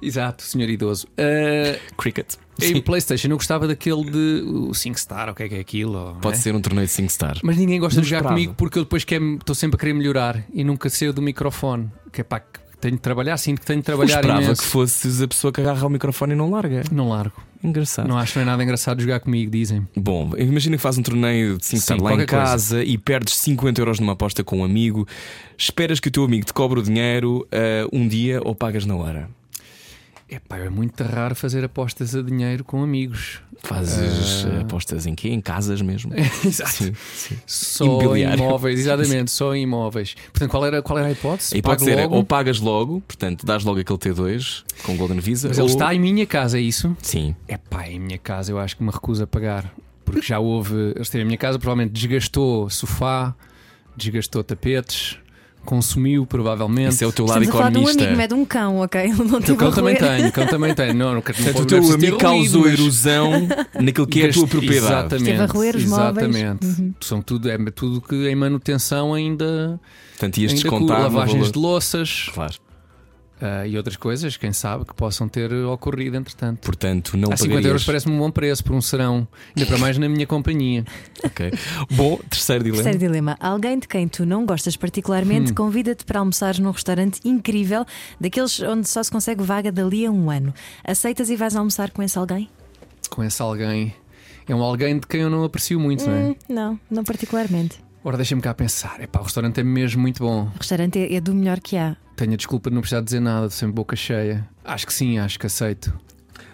S5: Exato, senhor idoso. Ah,
S2: cricket.
S5: em PlayStation eu gostava daquele de. O 5 Star, o que é que é aquilo? ou-
S2: Pode
S5: né?
S2: ser um torneio de 5 star.
S5: Mas ninguém gosta
S2: Não
S5: de jogar
S2: esperava.
S5: comigo porque eu depois quero- estou sempre a querer melhorar e nunca saio do microfone. Que é pá, que tenho de trabalhar, sinto que tenho de
S2: Eu
S5: trabalhar
S2: esperava
S5: imenso.
S2: que fosses a pessoa que agarra o microfone e não larga.
S5: Não largo.
S2: Engraçado.
S5: Não acho que não é nada engraçado jogar comigo, dizem.
S2: Bom, imagina que faz um torneio de 5
S5: Sim,
S2: star lá em
S5: qualquer coisa.
S2: casa e perdes 50 euros numa aposta com um amigo. Esperas que o teu amigo te cobre o dinheiro ah, um dia ou pagas na hora?
S5: É pá, é muito raro fazer apostas a dinheiro com amigos.
S2: Fazes ah, apostas em quê? Em casas mesmo?
S5: Eh. Exato.
S2: Sim, sim.
S5: Só em
S2: Imobiliário.
S5: imóveis, exatamente, só em imóveis. Portanto, qual era, qual era a hipótese?
S2: E pode
S5: Pago
S2: ser,
S5: logo,
S2: ou pagas logo, portanto, dás logo aquele T2 com Golden Visa.
S5: mas
S2: ou...
S5: ele está em minha casa, é isso?
S2: Sim.
S5: É pá, em minha casa eu acho que me recuso a pagar. Porque já houve. Ele esteve em minha casa, provavelmente desgastou sofá, desgastou tapetes, consumiu, provavelmente.
S2: Isso é o teu lado
S6: Estamos a falar de um
S2: economista.
S6: amigo, não é Tipo, de um cão, ok? Ele não
S5: Que o
S6: teve
S5: cão
S6: a
S5: também
S6: roer.
S5: tenho, o cão também tenho. Não, não quero não
S2: Portanto, É o
S5: vou-
S2: teu
S5: não preciso ter
S2: amigo causou
S5: ruído, mas-
S2: erosão naquilo que é a tua
S5: Gasto-
S2: propriedade.
S5: Exatamente.
S6: Esteve a roer os móveis. Uhum.
S5: Exatamente. São tudo, é tudo que em manutenção ainda.
S2: Portanto, ias
S5: ainda com
S2: descontar no
S5: lavagens
S2: valor.
S5: de louças
S2: Claro.
S5: ah, e outras coisas, quem sabe, que possam ter ocorrido entretanto.
S2: Portanto, não
S5: Há 50 euros
S2: pagarias.
S5: parece-me um bom preço por um serão, ainda para mais na minha companhia.
S2: Ok. Bom, terceiro dilema.
S6: Terceiro dilema. Alguém de quem tu não gostas particularmente convida-te para almoçares num restaurante incrível, daqueles onde só se consegue vaga dali a um ano. Aceitas e vais almoçar com esse alguém?
S5: Com esse alguém. É um alguém de quem eu não aprecio muito, não é?
S6: Hum, não, não particularmente.
S5: Ora, deixa-me cá pensar. Epá, o restaurante é mesmo muito bom.
S6: O restaurante é, é do melhor que há.
S5: Tenho a desculpa de não precisar dizer nada, de sempre boca cheia. Acho que sim, acho que aceito.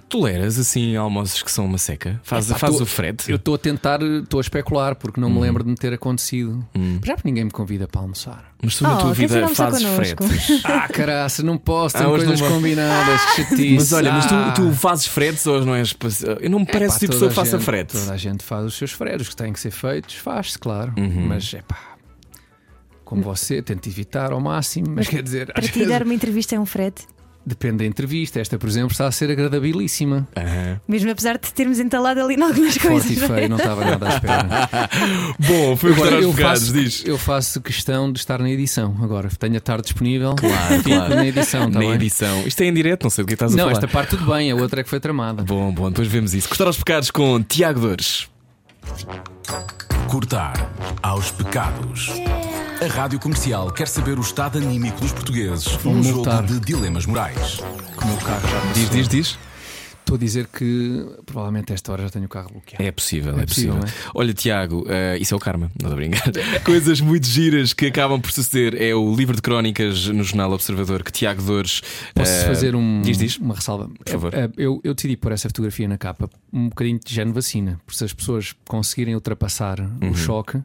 S2: Toleras assim almoços que são uma seca? Faz,
S5: Epá,
S2: faz
S5: tô-
S2: o frete?
S5: Eu estou a tentar, eh, estou a especular, porque não me
S2: Uhum.
S5: lembro de me ter acontecido. Já porque ninguém me convida para almoçar.
S2: Hum. Mas tu na
S6: Oh,
S2: tua
S6: quer dizer,
S2: vida
S5: um
S6: almoçar
S2: fazes
S6: connosco.
S2: fretes.
S5: Ah, caraça, não posso,
S2: Ah,
S5: tenho
S2: hoje
S5: coisas
S2: não vou.
S5: combinadas, que chatice.
S2: Mas olha, mas
S5: Ah.
S2: tu, tu fazes fretes ou não és. passe- Eu não me parece
S5: Pá,
S2: o tipo de pessoa
S5: toda
S2: que
S5: a
S2: faça
S5: gente-
S2: frete.
S5: Toda a gente faz os seus fretes, os que têm que ser feitos, faz-se, claro.
S2: Uhum.
S5: Mas é pá, como você, tento evitar ao máximo, mas, quer dizer, às
S6: Para ti
S5: vezes-
S6: dar uma entrevista é um frete.
S5: depende da entrevista. Esta, por exemplo, está a ser agradabilíssima.
S2: Aham.
S6: Mesmo apesar de termos entalado ali em algumas coisas.
S5: Forte e
S6: não é?
S5: feio, não estava nada à espera.
S2: Bom, foi agora aos bocados,
S5: faço,
S2: diz.
S5: eu faço questão de estar na edição agora. Tenho a tarde disponível.
S2: Claro,
S5: Fico
S2: Ah, claro.
S5: na edição,
S2: Na
S5: tá bem?
S2: edição. Isto é em direto, não sei do que estás a
S5: Não,
S2: falar.
S5: esta parte tudo bem, a outra é que foi tramada.
S2: Bom, bom, depois vemos isso. Cortar aos pecados com Tiago Dores.
S4: Cortar aos pecados. A Rádio Comercial quer saber o estado anímico dos portugueses num
S5: Vão
S4: jogo
S5: multar.
S4: de dilemas morais.
S5: Como o carro já
S2: Diz,
S5: passou.
S2: diz, diz.
S5: Estou a dizer que provavelmente a esta hora já tenho o carro bloqueado.
S2: É possível, é,
S5: É
S2: possível.
S5: possível,
S2: Olha, Tiago, eh, isso é o karma, não estou a brincar. Coisas muito giras que acabam por suceder é o livro de crónicas no Jornal Observador que Tiago Dores.
S5: Posso
S2: eh,
S5: fazer um-
S2: Diz, diz.
S5: uma ressalva? Por
S2: favor.
S5: Eu, eu decidi pôr essa fotografia na capa um bocadinho de género vacina, porque se as pessoas conseguirem ultrapassar o choque,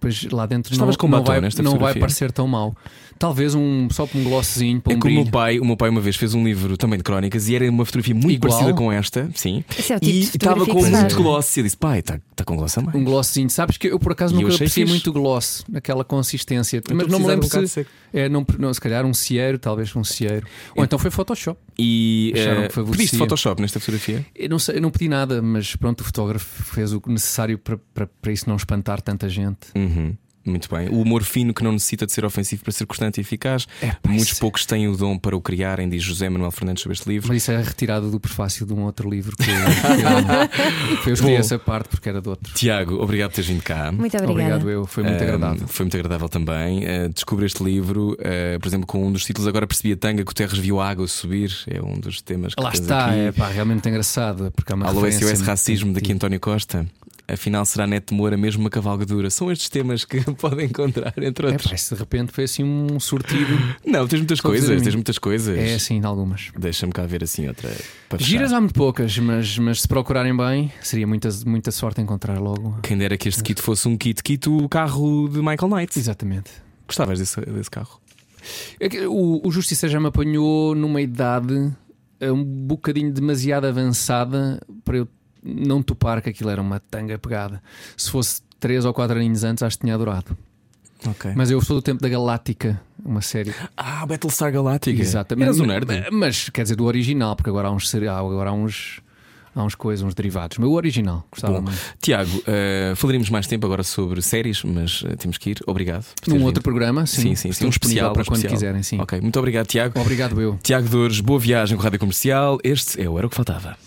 S5: depois lá dentro
S2: Uhum. Estavas
S5: não,
S2: com
S5: não,
S2: batom
S5: vai,
S2: nesta
S5: não vai
S2: fotografia?
S5: parecer tão mal. Talvez um, só com um glossezinho para
S2: É
S5: um
S2: que o meu
S5: brilho.
S2: pai, o meu pai uma vez fez um livro também de crónicas e era uma fotografia muito
S5: Igual?
S2: parecida com esta, sim.
S6: Esse é o tipo de
S2: e estava
S6: fotografia
S2: com
S6: que
S2: muito
S6: faz.
S2: gloss e eu disse: pai, está tá com gloss a mais.
S5: Um glossezinho, sabes que eu por acaso
S2: E eu
S5: nunca
S2: achei
S5: apreciei
S2: fixe.
S5: muito o gloss, aquela consistência,
S2: Eu
S5: mas
S2: estou
S5: não
S2: a
S5: me
S2: precisar
S5: lembro
S2: um bocado de
S5: se,
S2: seco.
S5: é, não, não, se calhar um cieiro, talvez um cieiro, ou então foi Photoshop.
S2: E
S5: Acharam
S2: eh,
S5: que favorecia.
S2: pediste Photoshop nesta fotografia?
S5: Eu não, sei, eu não pedi nada, mas pronto, o fotógrafo fez o necessário para, para, para isso não espantar tanta gente.
S2: Uhum. Muito bem. O humor fino que não necessita de ser ofensivo para ser constante e eficaz.
S5: É, pá,
S2: Muitos
S5: isso-
S2: poucos têm o dom para o criarem, diz José Manuel Fernandes sobre este livro.
S5: Mas isso é retirado do prefácio de um outro livro que, que eu, que eu escolhi
S2: Bom.
S5: essa parte porque era do outro.
S2: Tiago, obrigado por teres vindo cá.
S3: Muito obrigada.
S5: Obrigado, eu. Foi muito
S2: Um,
S5: agradável.
S2: Foi muito agradável também. Uh, descobri este livro, uh, por exemplo, com um dos títulos. Agora percebi a tanga que o Terres viu a água subir. É um dos temas que
S5: Lá
S2: tens
S5: está,
S2: aqui.
S5: é pá, realmente muito engraçado. Porque há uma
S2: Alô é
S5: referência né?
S2: SOS
S5: muito
S2: Racismo, daqui
S5: positiva.
S2: António Costa. Afinal, será Neto Moura mesmo uma cavalgadura? São estes temas que podem encontrar, entre
S5: É,
S2: outros.
S5: pá, isso de repente foi assim um sortido.
S2: Não, tens muitas
S5: Estou a dizer
S2: coisas,
S5: a
S2: tens
S5: mim.
S2: muitas coisas.
S5: é assim, em algumas.
S2: Deixa-me cá ver assim outra. Para fechar.
S5: Giras há muito poucas, mas, mas se procurarem bem, seria muita, muita sorte encontrar logo.
S2: Quem dera que este kit fosse um kit, kit o carro de Michael Knight.
S5: Exatamente.
S2: Gostavas desse, desse carro?
S5: É que O, o Justiça já me apanhou numa idade eh, um bocadinho demasiado avançada para eu não topar que aquilo era uma tanga pegada. Se fosse 3 ou 4 aninhos antes, acho que tinha adorado.
S2: Ok.
S5: Mas eu sou do tempo da Galáctica, uma série.
S2: Ah, Battlestar Galactica.
S5: Exatamente.
S2: Eras um nerd.
S5: Mas quer dizer, do original, porque agora há uns, seri- há agora há uns, há uns coisas, uns derivados. Mas o original, gostava
S2: Bom,
S5: muito.
S2: Tiago, eh, falaremos mais tempo agora sobre séries, mas eh, temos que ir. Obrigado. por teres
S5: Num outro
S2: vindo.
S5: programa, sim.
S2: Sim, sim, sim.
S5: Estou
S2: Um
S5: disponível
S2: especial.
S5: para
S2: um
S5: quando
S2: especial.
S5: quiserem, sim.
S2: Ok, muito obrigado, Tiago.
S5: Obrigado, eu.
S2: Tiago Dores, boa viagem com a Rádio Comercial. Este é o Era o que Faltava.